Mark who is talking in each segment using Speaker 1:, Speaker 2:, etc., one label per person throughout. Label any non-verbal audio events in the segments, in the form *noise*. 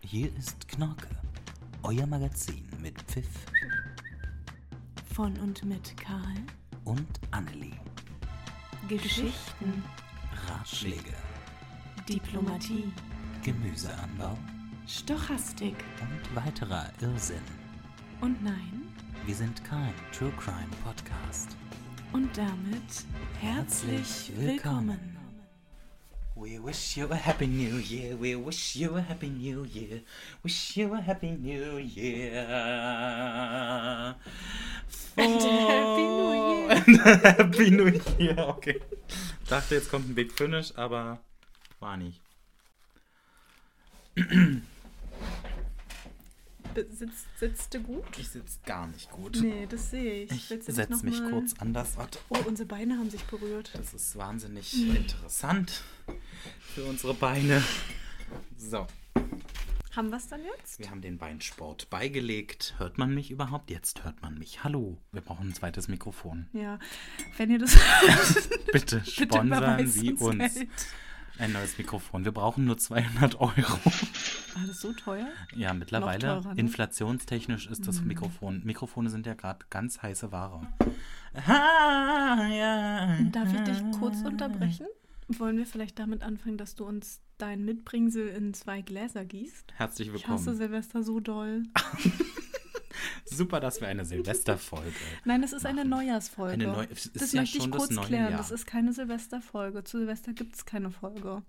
Speaker 1: Hier ist Knorke, euer Magazin mit Pfiff
Speaker 2: Von und mit Karl.
Speaker 1: und Annelie.
Speaker 2: Geschichten,
Speaker 1: Ratschläge,
Speaker 2: Diplomatie,
Speaker 1: Gemüseanbau
Speaker 2: Stochastik
Speaker 1: und weiterer Irrsinn.
Speaker 2: und nein.
Speaker 1: Wir sind kein True Crime Podcast.
Speaker 2: Und damit herzlich willkommen.
Speaker 1: We wish you a happy new year. We wish you a happy new year. Wish you a happy new year.
Speaker 2: And a happy new year.
Speaker 1: And a *laughs* happy new year. Okay. Dachte, jetzt kommt ein Big Finish, aber war nicht.
Speaker 2: Sitzt, sitzt du gut?
Speaker 1: Ich sitze gar nicht gut.
Speaker 2: Nee, das sehe ich.
Speaker 1: Ich
Speaker 2: Willst du dich
Speaker 1: setze
Speaker 2: noch
Speaker 1: mich
Speaker 2: mal-
Speaker 1: kurz anders. Warte.
Speaker 2: Oh, unsere Beine haben sich berührt.
Speaker 1: Das ist wahnsinnig interessant für unsere Beine. So,
Speaker 2: Haben wir es dann jetzt?
Speaker 1: wir haben den Beinsport beigelegt. Hört man mich überhaupt? Jetzt hört man mich. Hallo. Wir brauchen ein zweites
Speaker 2: *laughs*
Speaker 1: Mikrofon.
Speaker 2: Ja. Wenn ihr das hört, *laughs*
Speaker 1: Bitte
Speaker 2: bitte
Speaker 1: sponsern
Speaker 2: überweist
Speaker 1: Sie
Speaker 2: uns,
Speaker 1: uns
Speaker 2: Geld.
Speaker 1: ein neues Mikrofon. Wir brauchen nur 200 Euro.
Speaker 2: *laughs* War das so teuer?
Speaker 1: Ja, mittlerweile,
Speaker 2: Noch teurer, ne? Mhm.
Speaker 1: inflationstechnisch ist das Mikrofon. Mikrofone sind ja gerade ganz heiße Ware. Ah, ja.
Speaker 2: Darf ich dich kurz unterbrechen? Wollen wir vielleicht damit anfangen, dass du uns dein Mitbringsel in zwei Gläser gießt?
Speaker 1: Herzlich
Speaker 2: Ich hasse
Speaker 1: willkommen.
Speaker 2: Silvester so doll.
Speaker 1: Super, dass wir eine Silvesterfolge
Speaker 2: Nein, das ist eine Neujahrsfolge.
Speaker 1: Eine Neu- es ist
Speaker 2: das
Speaker 1: ja
Speaker 2: möchte
Speaker 1: schon
Speaker 2: ich
Speaker 1: das
Speaker 2: kurz
Speaker 1: neue
Speaker 2: klären.
Speaker 1: Jahr.
Speaker 2: Das ist keine Silvesterfolge. Zu Silvester gibt es keine Folge.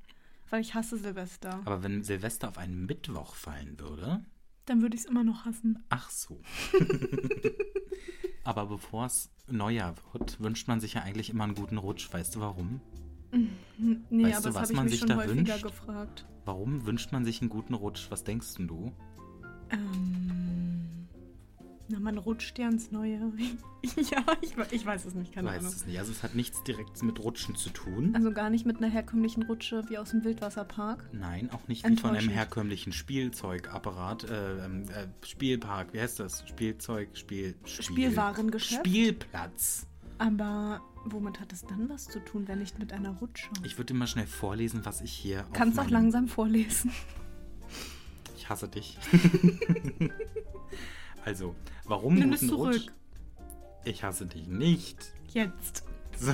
Speaker 2: Weil ich hasse Silvester.
Speaker 1: Aber wenn Silvester auf einen Mittwoch fallen würde,
Speaker 2: Dann würde ich es immer noch hassen.
Speaker 1: ach
Speaker 2: *laughs*
Speaker 1: so. Aber bevor es Neujahr wird, wünscht man sich ja eigentlich immer einen guten Rutsch. Weißt du warum?
Speaker 2: N- Nee,
Speaker 1: Weißt
Speaker 2: aber
Speaker 1: du, was
Speaker 2: das habe ich
Speaker 1: man
Speaker 2: mich
Speaker 1: sich
Speaker 2: schon
Speaker 1: da
Speaker 2: häufiger
Speaker 1: wünscht?
Speaker 2: gefragt.
Speaker 1: Warum wünscht man sich einen guten Rutsch? Was denkst denn du?
Speaker 2: Ähm, na, man rutscht ja ins neue. *laughs* ja, ich, we- ich weiß es nicht,
Speaker 1: Du
Speaker 2: keine
Speaker 1: weißt
Speaker 2: Ahnung.
Speaker 1: es nicht. Also es hat nichts direkt mit Rutschen zu tun.
Speaker 2: Also gar nicht mit einer herkömmlichen Rutsche wie aus dem Wildwasserpark.
Speaker 1: Nein, auch nicht wie von einem
Speaker 2: Enttäuschend.
Speaker 1: herkömmlichen Spielzeugapparat, äh, ähm, äh, Spielpark, wie heißt das? Spielzeug, Spiel, Spiel
Speaker 2: Spielwarengeschäft.
Speaker 1: Spielplatz.
Speaker 2: Aber womit hat es dann was zu tun, wenn nicht mit einer Rutsche?
Speaker 1: Ich würde dir mal schnell vorlesen, was ich hier auf
Speaker 2: Kannst auch
Speaker 1: meinem-
Speaker 2: langsam vorlesen. *laughs*
Speaker 1: Ich hasse dich. also, warum
Speaker 2: Nimm es
Speaker 1: guten Rutsch?
Speaker 2: zurück.
Speaker 1: Ich hasse dich nicht.
Speaker 2: Jetzt.
Speaker 1: So.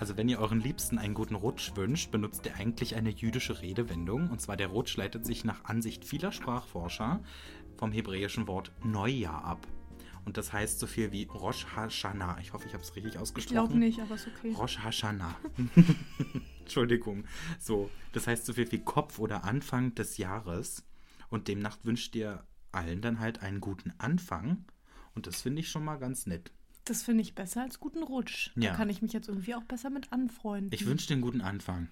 Speaker 1: Also, wenn ihr euren Liebsten einen guten Rutsch wünscht, benutzt ihr eigentlich eine jüdische Redewendung. Und zwar der Rutsch leitet sich nach Ansicht vieler Sprachforscher vom hebräischen Wort Neujahr ab. Und das heißt so viel wie Rosh Hashanah. Ich hoffe, ich habe es richtig
Speaker 2: Ich
Speaker 1: ausgesprochen.
Speaker 2: glaube nicht, aber ist okay.
Speaker 1: Rosh Hashanah. *laughs* Entschuldigung. So, das heißt so viel wie Kopf oder Anfang des Jahres. Und demnach wünscht ihr allen dann halt einen guten Anfang. Und das finde ich schon mal ganz nett.
Speaker 2: Das finde ich besser als guten Rutsch.
Speaker 1: Ja.
Speaker 2: Da kann ich mich jetzt irgendwie auch besser mit anfreunden.
Speaker 1: Ich wünsche dir einen guten Anfang.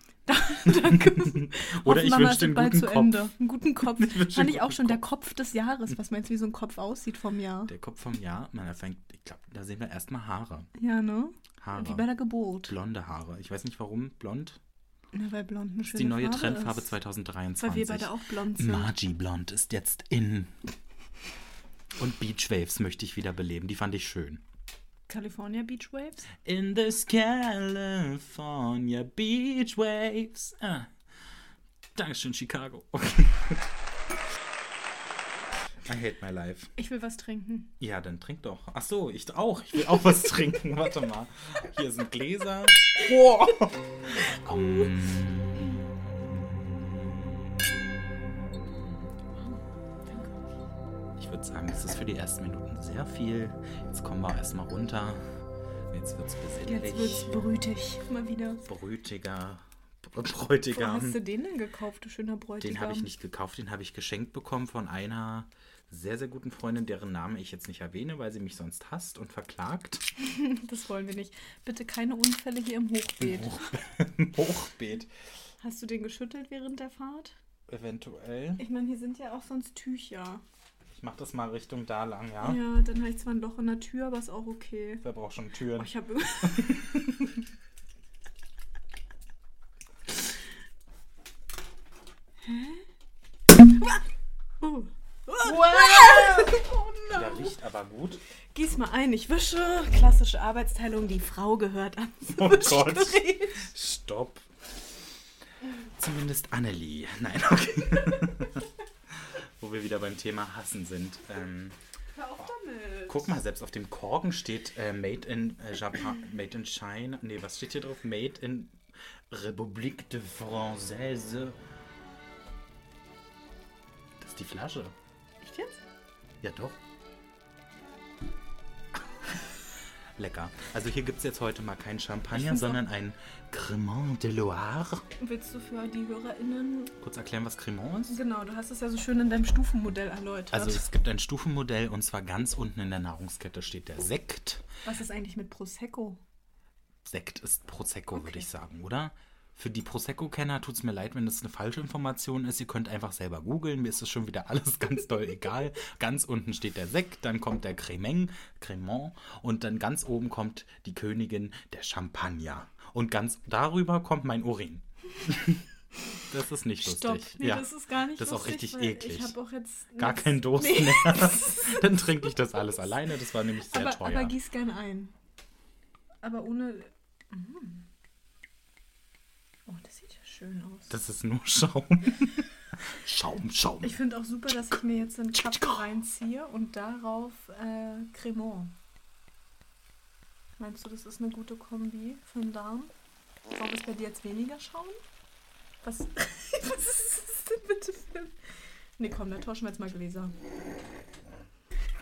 Speaker 2: Mhm. *laughs* Danke.
Speaker 1: *laughs* Oder ich
Speaker 2: Hoffen wir
Speaker 1: wünsche
Speaker 2: mal, es
Speaker 1: dir einen
Speaker 2: ist bald
Speaker 1: guten
Speaker 2: zu
Speaker 1: Kopf.
Speaker 2: Ende.
Speaker 1: *laughs*
Speaker 2: Einen guten Kopf.
Speaker 1: Ich wünsche
Speaker 2: Fand
Speaker 1: dir
Speaker 2: ich
Speaker 1: einen
Speaker 2: auch schon der Kopf des Jahres. Was meinst du, wie so ein Kopf aussieht vom Jahr?
Speaker 1: Der Kopf vom Jahr, man erfängt, ich glaube, da sehen wir erstmal Haare.
Speaker 2: Ja, ne?
Speaker 1: Haare.
Speaker 2: Wie bei der Geburt.
Speaker 1: Blonde Haare. Ich weiß nicht warum, blond.
Speaker 2: Na, weil blond eine
Speaker 1: Das
Speaker 2: schöne
Speaker 1: ist die neue
Speaker 2: Farbe
Speaker 1: Trendfarbe
Speaker 2: ist. Weil
Speaker 1: 2023.
Speaker 2: wir beide auch blond sind.
Speaker 1: Magi-Blond ist jetzt in. Und Beachwaves möchte ich wieder beleben. Die fand ich schön.
Speaker 2: California Beach Waves?
Speaker 1: In this California beach waves. Ah. Dankeschön, Chicago. Okay. I hate my life.
Speaker 2: Ich will was trinken.
Speaker 1: Ja, dann trink doch. Ach so, ich auch. Ich will auch was *laughs* trinken. Warte mal. Hier sind Gläser. Oh. Komm. Ich würde sagen, das ist für die ersten Minuten sehr viel. Jetzt kommen wir erstmal runter. Jetzt wird's besinnlich.
Speaker 2: Jetzt wird's brütig. Mal wieder.
Speaker 1: Brütiger. Br-
Speaker 2: Wo
Speaker 1: Bräutigam.
Speaker 2: hast du den denn gekauft, du schöner Bräutigam?
Speaker 1: Den habe ich nicht gekauft, den habe ich geschenkt bekommen von einer sehr, sehr guten Freundin, deren Namen ich jetzt nicht erwähne, weil sie mich sonst hasst und verklagt.
Speaker 2: *laughs* Das wollen wir nicht. Bitte keine Unfälle hier im Hochbeet.
Speaker 1: Hochbeet.
Speaker 2: Hast du den geschüttelt während der Fahrt?
Speaker 1: Eventuell.
Speaker 2: Ich meine, hier sind ja auch sonst Tücher.
Speaker 1: Ich mache das mal Richtung da lang, ja?
Speaker 2: Ja, dann habe ich zwar ein Loch in der Tür, aber ist auch okay.
Speaker 1: Wer braucht schon
Speaker 2: Oh,
Speaker 1: Türen?
Speaker 2: ich *laughs* habe. Hä? Oh.
Speaker 1: Der riecht aber gut.
Speaker 2: Gieß mal ein, ich wische. Klassische Oh Arbeitsteilung, die Frau gehört an.
Speaker 1: Oh Gott. Stopp. Zumindest Annelie. Nein, okay. Wo wir wieder beim Thema Hassen sind. Ähm,
Speaker 2: Hör auf damit.
Speaker 1: guck mal, selbst auf dem Korken steht äh, Made in äh, Japan, Made in China. Nee, was steht hier drauf? Made in République de Française. Das ist die Flasche.
Speaker 2: Echt jetzt?
Speaker 1: Ja, doch. Lecker. Also hier gibt es jetzt heute mal keinen
Speaker 2: Ich
Speaker 1: Champagner,
Speaker 2: find's auch-
Speaker 1: sondern ein Cremant de Loire.
Speaker 2: Willst du für die HörerInnen.
Speaker 1: Kurz erklären, was Cremant ist?
Speaker 2: Genau, du hast es ja so schön in deinem Stufenmodell erläutert.
Speaker 1: Also es gibt ein Stufenmodell und zwar ganz unten in der Nahrungskette steht der Sekt.
Speaker 2: Was ist eigentlich mit Prosecco?
Speaker 1: Sekt ist Prosecco, würde
Speaker 2: Okay.
Speaker 1: ich sagen, oder? Für die Prosecco-Kenner tut es mir leid, wenn das eine falsche Information ist. Ihr könnt einfach selber googeln. Mir ist das schon wieder *laughs* alles ganz doll egal. Ganz unten steht der Sekt, dann kommt der Cremeng, Cremant und dann ganz oben kommt die Königin der Champagner. Und ganz darüber kommt mein Urin. *laughs* das ist nicht
Speaker 2: Stopp.
Speaker 1: lustig.
Speaker 2: Nee,
Speaker 1: ja.
Speaker 2: das ist gar nicht
Speaker 1: Das ist auch
Speaker 2: lustig,
Speaker 1: richtig
Speaker 2: weil
Speaker 1: eklig.
Speaker 2: Ich habe auch jetzt.
Speaker 1: Gar
Speaker 2: nichts-
Speaker 1: kein Durst
Speaker 2: Nee. *laughs*
Speaker 1: mehr. dann trinke ich das alles alleine. Das war nämlich sehr
Speaker 2: aber,
Speaker 1: teuer.
Speaker 2: aber gieß gern ein. Aber ohne. Mm. Oh, das sieht ja schön aus.
Speaker 1: Das ist nur *laughs* Schaum. Schaum, Schaum.
Speaker 2: ich finde auch super, dass ich mir jetzt einen Kaffee reinziehe und darauf äh, Cremant. Meinst du, das ist eine gute Kombi für den Darm? Braucht es bei dir jetzt weniger Schaum? Was, *laughs* was ist das denn bitte für ein... Nee, komm, da tauschen wir jetzt mal Gläser.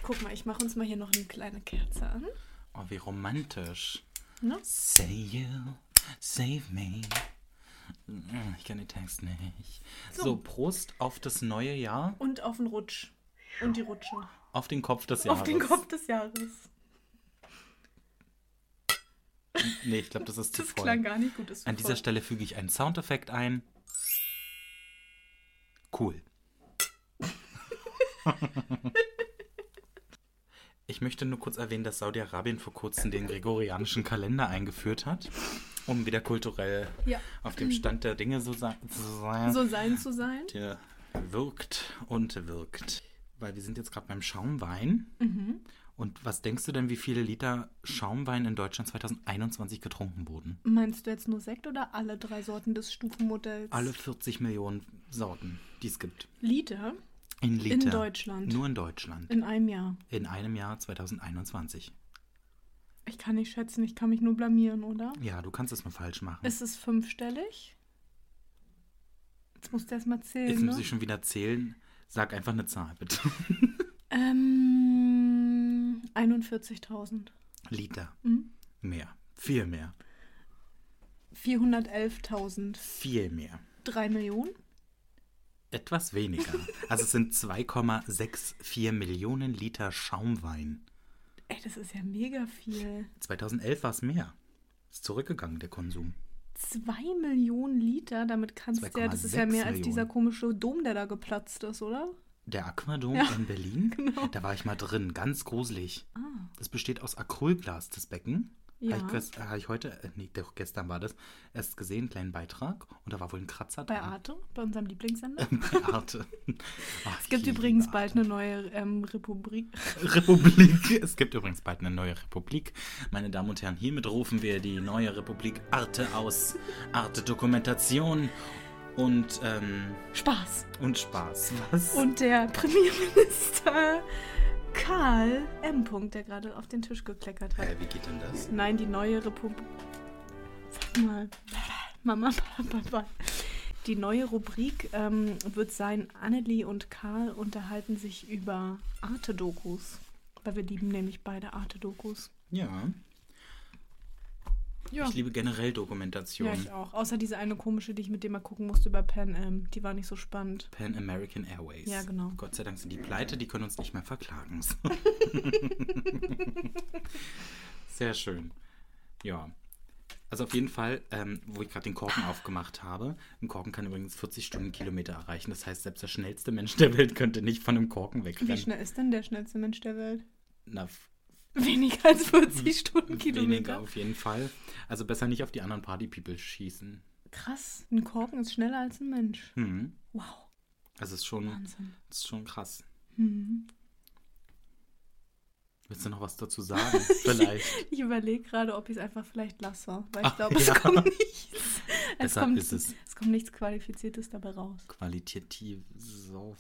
Speaker 2: Guck mal, ich mache uns mal hier noch eine kleine Kerze an.
Speaker 1: Oh, wie romantisch.
Speaker 2: Ne?
Speaker 1: Say you, save me. Mm, Ich kann den Text nicht. So.
Speaker 2: So.
Speaker 1: Prost auf das neue Jahr,
Speaker 2: Und auf den Rutsch. Und die Rutsche.
Speaker 1: auf den Kopf des Jahres.
Speaker 2: Auf den Kopf des Jahres.
Speaker 1: Nee, ich glaube, das ist zu
Speaker 2: Das
Speaker 1: voll.
Speaker 2: klang gar nicht gut. Ist
Speaker 1: An dieser
Speaker 2: voll.
Speaker 1: Stelle füge ich einen Soundeffekt ein.
Speaker 2: *laughs*
Speaker 1: Cool. ich möchte nur kurz erwähnen, dass Saudi-Arabien vor kurzem den gregorianischen Kalender eingeführt hat, um wieder kulturell
Speaker 2: Ja.
Speaker 1: auf dem Stand der Dinge so sa- zu sein.
Speaker 2: So sein zu sein.
Speaker 1: Der wirkt und wirkt. Weil wir sind jetzt gerade beim Schaumwein.
Speaker 2: Mhm.
Speaker 1: Und was denkst du denn, wie viele Liter Schaumwein in Deutschland 2021 getrunken wurden?
Speaker 2: Meinst du jetzt nur Sekt oder alle drei Sorten des Stufenmodells?
Speaker 1: Alle 40 Millionen Sorten, die es gibt.
Speaker 2: Liter
Speaker 1: In Liter.
Speaker 2: in Deutschland.
Speaker 1: Nur in Deutschland.
Speaker 2: In einem Jahr.
Speaker 1: In einem Jahr 2021.
Speaker 2: Ich kann nicht schätzen, ich kann mich nur blamieren, oder?
Speaker 1: Ja, du kannst es nur falsch machen.
Speaker 2: Ist es fünfstellig? Jetzt musst du erst mal
Speaker 1: Jetzt
Speaker 2: zählen,
Speaker 1: muss
Speaker 2: ne?
Speaker 1: ich schon wieder zählen. Sag einfach eine Zahl,
Speaker 2: *laughs*
Speaker 1: bitte.
Speaker 2: Ähm, 41.000.
Speaker 1: Liter.
Speaker 2: Mhm.
Speaker 1: Mehr. Viel mehr.
Speaker 2: 411.000.
Speaker 1: Viel mehr.
Speaker 2: 3 Millionen?
Speaker 1: Etwas weniger. Also es sind 2,64 Millionen Liter Schaumwein.
Speaker 2: Ey, das ist ja mega viel.
Speaker 1: 2011 war es mehr. Ist zurückgegangen, der Konsum.
Speaker 2: 2 Millionen Liter, damit kannst du ja, das ist ja
Speaker 1: 2,6
Speaker 2: mehr als
Speaker 1: Millionen.
Speaker 2: dieser komische Dom, der da geplatzt ist, oder?
Speaker 1: Der Aquadom in Berlin,
Speaker 2: *laughs*
Speaker 1: da war ich mal drin, ganz gruselig.
Speaker 2: genau. Ah.
Speaker 1: Das besteht aus Acrylglas, das Becken.
Speaker 2: Ja.
Speaker 1: Habe ich, gest- hab ich heute, äh, nee, doch gestern war das, erst gesehen, einen kleinen Beitrag. Und da war wohl ein Kratzer
Speaker 2: Bei
Speaker 1: dran.
Speaker 2: Arte, bei unserem Lieblingssender.
Speaker 1: *laughs* Bei Arte. Ach,
Speaker 2: *laughs* Es gibt
Speaker 1: ich liebe
Speaker 2: übrigens
Speaker 1: Arte.
Speaker 2: bald eine neue ähm, Republik.
Speaker 1: *laughs* Republik. Es gibt übrigens bald eine neue Republik. Meine Damen und Herren, hiermit rufen wir die neue Republik Arte aus. Arte Dokumentation und, ähm,
Speaker 2: Spaß.
Speaker 1: und Spaß. Was?
Speaker 2: Und der Premierminister Karl M. Punkt, der gerade auf den Tisch gekleckert hat.
Speaker 1: Äh, wie geht denn das?
Speaker 2: Nein, die neue Republik. Sag mal. Mama, Papa. Die neue Rubrik ähm, wird sein, Annelie und Karl unterhalten sich über Arte-Dokus. Weil wir lieben nämlich beide Arte-Dokus.
Speaker 1: Ja,
Speaker 2: Ja.
Speaker 1: ich liebe generell
Speaker 2: ja,
Speaker 1: Dokumentationen.
Speaker 2: ich auch. Außer diese eine komische, die ich mit dem mal gucken musste über Pan Am. Die war nicht so spannend.
Speaker 1: Pan American Airways.
Speaker 2: Ja, genau.
Speaker 1: Gott sei Dank sind die pleite, die können uns nicht mehr verklagen.
Speaker 2: *laughs*
Speaker 1: Sehr schön. Ja. Also auf jeden Fall, ähm, wo ich gerade den Korken aufgemacht habe, ein Korken kann übrigens 40 Stundenkilometer erreichen. Das heißt, selbst der schnellste Mensch der Welt könnte nicht von einem Korken
Speaker 2: Wie
Speaker 1: wegrennen.
Speaker 2: schnell ist denn der schnellste Mensch der Welt? Hm,
Speaker 1: Na, f-
Speaker 2: *laughs* Weniger als 40
Speaker 1: weniger
Speaker 2: Stundenkilometer.
Speaker 1: auf jeden Fall. Also besser nicht auf die anderen Party-People schießen.
Speaker 2: Krass, ein Korken ist schneller als ein Mensch.
Speaker 1: Hm.
Speaker 2: Wow, Hm.
Speaker 1: Also es ist schon,
Speaker 2: Wahnsinn.
Speaker 1: es ist schon krass.
Speaker 2: Mhm.
Speaker 1: Willst du noch was dazu
Speaker 2: *laughs*
Speaker 1: sagen? Vielleicht.
Speaker 2: Ich überlege gerade, ob ich es einfach vielleicht lasse, weil ich
Speaker 1: Ah,
Speaker 2: glaube, es
Speaker 1: ja.
Speaker 2: kommt *laughs* nichts. Es
Speaker 1: Besser
Speaker 2: kommt,
Speaker 1: ist es.
Speaker 2: es kommt nichts Qualifiziertes dabei raus.
Speaker 1: Qualitativ so.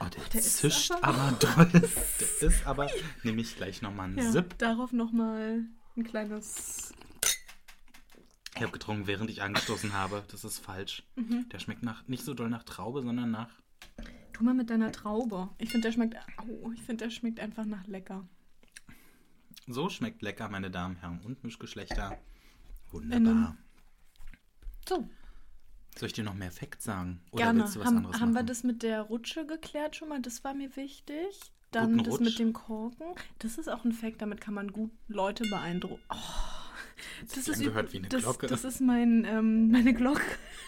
Speaker 1: Oh, der,
Speaker 2: der ist
Speaker 1: zischt
Speaker 2: aber- *laughs*
Speaker 1: aber doll. Der ist aber, nehme ich gleich nochmal einen
Speaker 2: Ja,
Speaker 1: Sip.
Speaker 2: Darauf nochmal ein kleines.
Speaker 1: Ich habe getrunken, während ich angestoßen habe. Das ist falsch.
Speaker 2: Mhm.
Speaker 1: Der schmeckt nach, nicht so doll nach Traube, sondern nach.
Speaker 2: Tu mal mit deiner Traube. Ich finde, der schmeckt. Au, ich finde, der schmeckt einfach nach lecker.
Speaker 1: So schmeckt lecker, meine Damen, Herren und Mischgeschlechter.
Speaker 2: Innen. Ähm,
Speaker 1: Wunderbar.
Speaker 2: So,
Speaker 1: Soll ich dir noch mehr Facts sagen? Oder
Speaker 2: gerne.
Speaker 1: willst du was
Speaker 2: Haben,
Speaker 1: anderes
Speaker 2: haben wir
Speaker 1: machen?
Speaker 2: das mit der Rutsche geklärt schon mal? Das war mir wichtig. Dann
Speaker 1: Guten
Speaker 2: das
Speaker 1: Rutsch.
Speaker 2: mit dem Korken. Das ist auch ein Fact, damit kann man gut Leute beeindrucken. Oh, das ist,
Speaker 1: angehört
Speaker 2: üb-
Speaker 1: wie eine
Speaker 2: das,
Speaker 1: Glocke.
Speaker 2: das ist mein, ähm, meine Glocke,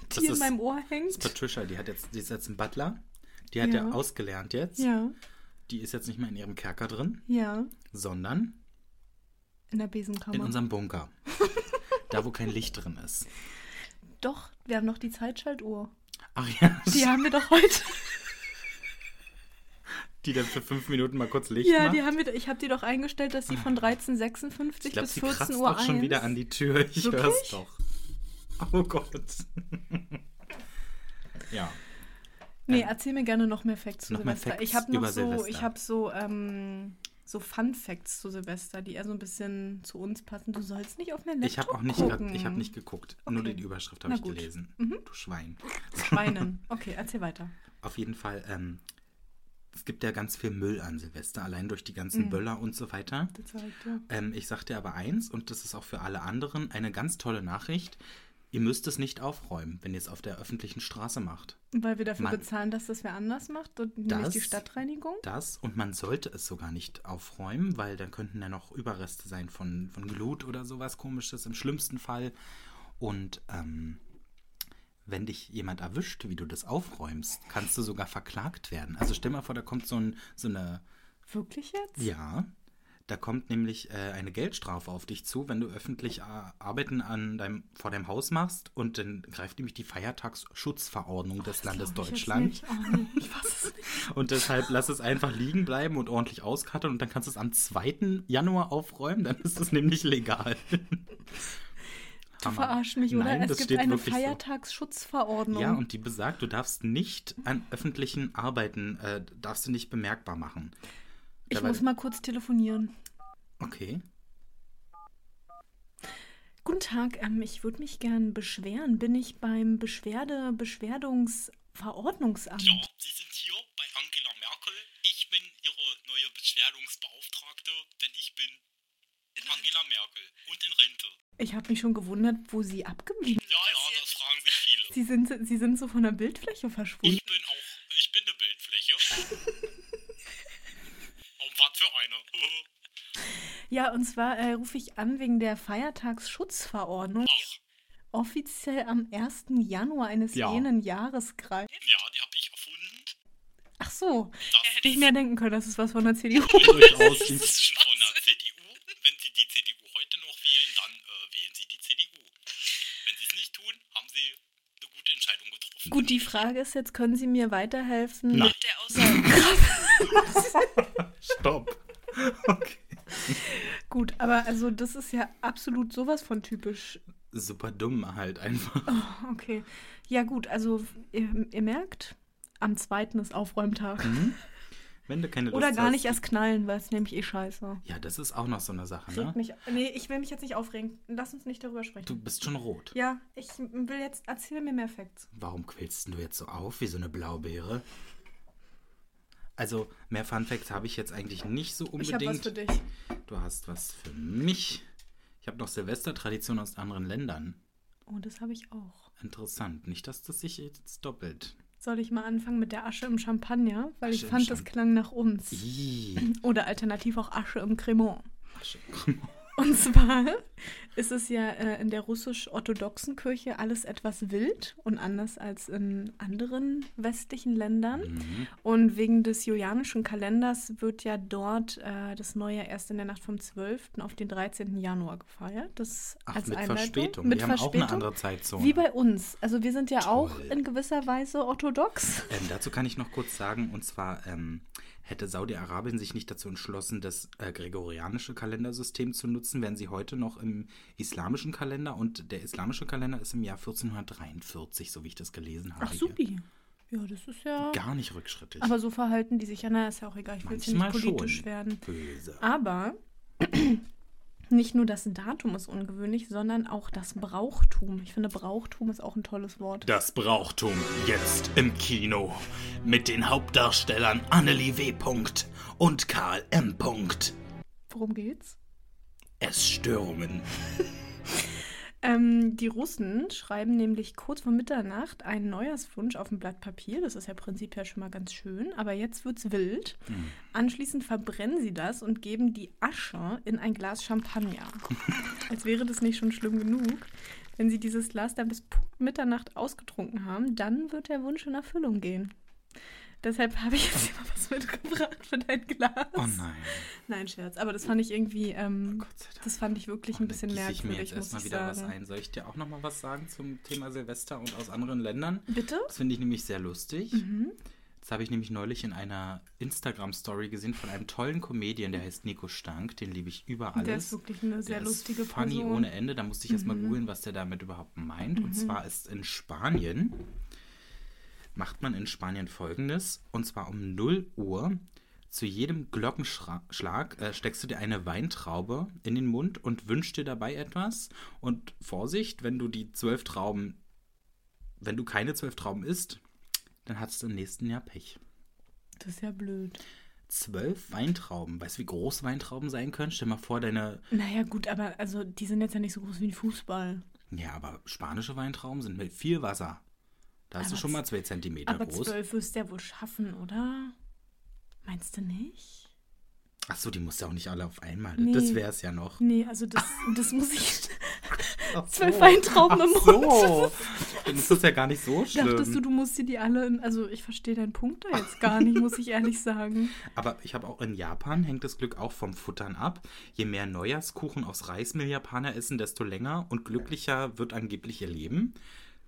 Speaker 2: die
Speaker 1: Das
Speaker 2: in
Speaker 1: ist-
Speaker 2: meinem Ohr
Speaker 1: Das ist
Speaker 2: hängt.
Speaker 1: Patricia, die hat jetzt, die ist jetzt ein Butler. Die hat ja,
Speaker 2: Ja.
Speaker 1: ausgelernt jetzt.
Speaker 2: Ja,
Speaker 1: Die ist jetzt nicht mehr in ihrem Kerker drin,
Speaker 2: ja,
Speaker 1: sondern
Speaker 2: in der Besenkammer.
Speaker 1: in unserem
Speaker 2: *laughs*
Speaker 1: Bunker. da, wo kein Licht drin ist.
Speaker 2: doch, wir haben noch
Speaker 1: *laughs*
Speaker 2: die Zeitschaltuhr.
Speaker 1: Ach ja,
Speaker 2: Die haben wir doch heute.
Speaker 1: die dann für fünf Minuten mal kurz Licht
Speaker 2: ja,
Speaker 1: macht.
Speaker 2: die haben wir, ich habe die doch eingestellt, dass sie von 1356
Speaker 1: Ah. ich glaube,
Speaker 2: bis
Speaker 1: sie kratzt
Speaker 2: 14 Uhr
Speaker 1: auch schon wieder an die Tür. Ich höre es
Speaker 2: Wirklich?
Speaker 1: doch. Oh Gott. ja.
Speaker 2: Nee,
Speaker 1: Ähm,
Speaker 2: erzähl mir gerne noch mehr Facts zu
Speaker 1: noch mehr
Speaker 2: Silvester.
Speaker 1: Facts
Speaker 2: ich habe noch
Speaker 1: über
Speaker 2: so,
Speaker 1: Silvester.
Speaker 2: ich habe so, ähm, so Fun Facts zu Silvester, die eher so ein bisschen zu uns passen. Du sollst nicht auf mein Laptop
Speaker 1: Ich habe auch nicht,
Speaker 2: gucken.
Speaker 1: ich hab nicht geguckt. Nur
Speaker 2: Okay.
Speaker 1: die Überschrift
Speaker 2: Na
Speaker 1: habe ich
Speaker 2: gut. Mhm.
Speaker 1: gelesen. Du Schwein. *laughs*
Speaker 2: Schweinen. Okay, erzähl weiter.
Speaker 1: Auf jeden Fall, ähm, es gibt ja ganz viel Müll an Silvester, allein durch die
Speaker 2: Mhm.
Speaker 1: ganzen Böller und so weiter.
Speaker 2: Das war halt, ja.
Speaker 1: Ähm, ich sag dir aber eins, und das ist auch für alle anderen eine ganz tolle Nachricht. Ihr müsst es nicht aufräumen, wenn ihr es auf der öffentlichen Straße macht.
Speaker 2: Weil wir dafür
Speaker 1: Mann.
Speaker 2: bezahlen, dass das wer anders macht und nämlich
Speaker 1: Das-
Speaker 2: die Stadtreinigung.
Speaker 1: Das und man sollte es sogar nicht aufräumen, weil dann könnten ja noch Überreste sein von, von Glut oder sowas komisches im schlimmsten Fall. Und ähm, wenn dich jemand erwischt, wie du das aufräumst, kannst du sogar verklagt werden. Also stell mal vor, da kommt so, ein, so eine
Speaker 2: Wirklich jetzt?
Speaker 1: Ja, da kommt nämlich äh, eine Geldstrafe auf dich zu, wenn du öffentlich äh, Arbeiten an deinem, vor deinem Haus machst und dann greift nämlich die Feiertagsschutzverordnung des
Speaker 2: Das
Speaker 1: Landes
Speaker 2: glaub ich jetzt
Speaker 1: Deutschland.
Speaker 2: nicht. Oh, nee, ich fass es nicht.
Speaker 1: Und deshalb lass es einfach liegen bleiben und ordentlich auskattern und dann kannst du es am 2. Januar aufräumen, dann ist es nämlich legal.
Speaker 2: Du verarsch mich, oder?
Speaker 1: Nein,
Speaker 2: es
Speaker 1: das
Speaker 2: gibt
Speaker 1: steht
Speaker 2: eine
Speaker 1: wirklich so.
Speaker 2: Feiertagsschutzverordnung.
Speaker 1: Ja, und die besagt, du darfst nicht an öffentlichen Arbeiten, äh, darfst du nicht bemerkbar machen.
Speaker 2: ich
Speaker 1: Dabei-
Speaker 2: muss mal kurz telefonieren.
Speaker 1: Okay.
Speaker 2: Guten Tag, ähm, ich würde mich gern beschweren. Bin ich beim Beschwerde, Beschwerdungsverordnungsamt?
Speaker 3: Sie sind hier bei Angela Merkel. Ich bin Ihre neue Beschwerdungsbeauftragte, denn ich bin Angela Merkel und in Rente.
Speaker 2: Ich habe mich schon gewundert, wo Sie abgeblieben sind.
Speaker 3: Ja, ja, das fragen sich viele.
Speaker 2: Sie sind, Sie sind so von der Bildfläche verschwunden.
Speaker 3: Ich bin auch, ich bin eine Bildfläche. Um was für eine? *laughs*
Speaker 2: Ja, und zwar äh, rufe ich an wegen der Feiertagsschutzverordnung,
Speaker 3: Ach,
Speaker 2: offiziell am 1. Januar eines
Speaker 1: Ja.
Speaker 2: jenen Jahres greift.
Speaker 3: ja, die habe ich erfunden.
Speaker 2: Ach so,
Speaker 3: Das
Speaker 2: hätte ich mir denken können, das ist was von der CDU.
Speaker 1: Durchaus.
Speaker 3: ist schon von der CDU. Wenn Sie die CDU heute noch wählen, dann äh, wählen Sie die CDU. Wenn Sie es nicht tun, haben Sie eine gute Entscheidung getroffen.
Speaker 2: Gut, die Frage ist jetzt, können Sie mir weiterhelfen?
Speaker 1: Nein.
Speaker 3: Der Aussage.
Speaker 1: Stopp. Okay.
Speaker 2: Gut, aber also das ist ja absolut sowas von typisch
Speaker 1: Super dumm halt einfach.
Speaker 2: Okay. Ja, gut, also ihr, ihr merkt, am zweiten ist Aufräumtag.
Speaker 1: Wenn du keine Lust
Speaker 2: Oder gar
Speaker 1: hast.
Speaker 2: nicht erst knallen, weil es nämlich eh scheiße.
Speaker 1: Ja, das ist auch noch so eine Sache,
Speaker 2: Regt
Speaker 1: ne?
Speaker 2: mich, nee, ich will mich jetzt nicht aufregen. Lass uns nicht darüber sprechen.
Speaker 1: Du bist schon rot.
Speaker 2: ja, ich will jetzt, erzähl mir mehr Facts.
Speaker 1: Warum quälst du jetzt so auf wie so eine Blaubeere? Also, mehr Fun Facts habe ich jetzt eigentlich nicht so
Speaker 2: Ich
Speaker 1: unbedingt.
Speaker 2: habe was für dich.
Speaker 1: Du hast was für mich. Ich habe noch Silvestertraditionen aus anderen Ländern.
Speaker 2: Oh, das habe ich auch.
Speaker 1: Interessant. Nicht, dass das sich jetzt doppelt.
Speaker 2: Soll ich mal anfangen mit der Asche im Champagner? Weil
Speaker 1: Asche
Speaker 2: ich
Speaker 1: im
Speaker 2: fand, das
Speaker 1: Champ-
Speaker 2: klang nach uns.
Speaker 1: Ih,
Speaker 2: Hm. Oder alternativ auch Asche im Cremant.
Speaker 1: Asche.
Speaker 2: Und zwar ist es ja äh, in der russisch-orthodoxen Kirche alles etwas wild und anders als in anderen westlichen Ländern.
Speaker 1: Mhm.
Speaker 2: Und wegen des julianischen Kalenders wird ja dort äh, das neue Jahr erst in der Nacht vom 12. auf den 13. Januar gefeiert. Das
Speaker 1: Ach,
Speaker 2: als
Speaker 1: mit
Speaker 2: Einleitung.
Speaker 1: Verspätung.
Speaker 2: Mit
Speaker 1: wir
Speaker 2: Verspätung.
Speaker 1: haben auch eine andere Zeitzone.
Speaker 2: Wie bei uns. Also wir sind ja auch
Speaker 1: Toll.
Speaker 2: in gewisser Weise orthodox.
Speaker 1: Ähm, dazu kann ich noch kurz sagen, und zwar ähm, hätte Saudi-Arabien sich nicht dazu entschlossen, das äh, gregorianische Kalendersystem zu nutzen, wären sie heute noch im islamischen Kalender und der islamische Kalender ist im Jahr 1443, so wie ich das gelesen habe.
Speaker 2: Ach, supi. Ja, das ist ja...
Speaker 1: Hier. Gar nicht rückschrittig.
Speaker 2: Aber so verhalten die sich ja, naja, ist ja auch egal, ich will jetzt hier nicht
Speaker 1: Manchmal
Speaker 2: politisch
Speaker 1: schon.
Speaker 2: werden.
Speaker 1: Böse.
Speaker 2: Aber *clears throat* nicht nur das Datum ist ungewöhnlich, sondern auch das Brauchtum. Ich finde, Brauchtum ist auch ein tolles Wort.
Speaker 1: Das Brauchtum jetzt im Kino mit den Hauptdarstellern Annelie W. Punkt und Karl M. Punkt.
Speaker 2: Worum geht's?
Speaker 1: Essstörungen.
Speaker 2: Ähm, die Russen schreiben nämlich kurz vor Mitternacht einen Neujahrswunsch auf ein Blatt Papier. Das ist ja prinzipiell schon mal ganz schön, aber jetzt wird's wild.
Speaker 1: Hm.
Speaker 2: Anschließend verbrennen sie das und geben die Asche in ein
Speaker 1: *laughs*
Speaker 2: Glas Champagner. Als wäre das nicht schon schlimm genug. Wenn sie dieses Glas dann bis Punkt Mitternacht ausgetrunken haben, dann wird der Wunsch in Erfüllung gehen. Deshalb habe ich jetzt hier mal was mitgebracht für dein Glas.
Speaker 1: Oh nein. Oh
Speaker 2: Nein, Scherz. Aber das fand ich irgendwie, ähm,
Speaker 1: Gott sei Dank.
Speaker 2: das fand ich wirklich
Speaker 1: Oh,
Speaker 2: ein bisschen
Speaker 1: dann gieße
Speaker 2: merkwürdig,
Speaker 1: Ich mir jetzt
Speaker 2: muss
Speaker 1: erstmal
Speaker 2: ich
Speaker 1: wieder
Speaker 2: sagen.
Speaker 1: was ein. Soll ich dir auch nochmal was sagen zum Thema Silvester und aus anderen Ländern?
Speaker 2: Bitte?
Speaker 1: Das finde ich nämlich sehr lustig.
Speaker 2: Mhm.
Speaker 1: Das habe ich nämlich neulich in einer Instagram-Story gesehen von einem tollen Comedian, der heißt Nico Stank. Den liebe ich über alles.
Speaker 2: Der ist wirklich eine sehr
Speaker 1: Der
Speaker 2: lustige
Speaker 1: ist funny
Speaker 2: Person.
Speaker 1: ohne Ende. Da musste ich erstmal
Speaker 2: Mhm.
Speaker 1: googeln, was der damit überhaupt meint. Und zwar ist in Spanien, macht man in Spanien folgendes. Und zwar um 0 Uhr zu jedem Glockenschlag äh, steckst du dir eine Weintraube in den Mund und wünschst dir dabei etwas. Und Vorsicht, wenn du die zwölf Trauben, wenn du keine zwölf Trauben isst, dann hast du im nächsten Jahr Pech.
Speaker 2: Das ist ja blöd.
Speaker 1: Zwölf Weintrauben. Weißt du, wie groß Weintrauben sein können? Stell mal vor, deine
Speaker 2: Naja, gut, aber also die sind jetzt ja nicht so groß wie ein Fußball.
Speaker 1: Ja, aber spanische Weintrauben sind mit viel Wasser. Da hast du
Speaker 2: Aber
Speaker 1: schon mal
Speaker 2: z-
Speaker 1: zwei Zentimeter
Speaker 2: Aber
Speaker 1: groß.
Speaker 2: zwölf wirst du ja wohl schaffen, oder? Meinst du nicht?
Speaker 1: Achso, die musst du auch nicht alle auf einmal.
Speaker 2: Nee.
Speaker 1: Das wär's ja
Speaker 2: *laughs*
Speaker 1: noch.
Speaker 2: Nee, also das, das muss ich.
Speaker 1: Ach
Speaker 2: Zwölf
Speaker 1: so.
Speaker 2: Weintrauben im
Speaker 1: Ach
Speaker 2: Mund.
Speaker 1: so. Dann ist das ja gar nicht so schlimm.
Speaker 2: Dachtest du, du musst dir die alle. In, also ich verstehe deinen Punkt da jetzt gar nicht, muss ich
Speaker 1: *laughs*
Speaker 2: ehrlich sagen.
Speaker 1: Aber ich habe auch in Japan hängt das Glück auch vom Futtern ab. Je mehr Neujahrskuchen aus Reismehl Japaner essen, desto länger und glücklicher wird angeblich ihr Leben.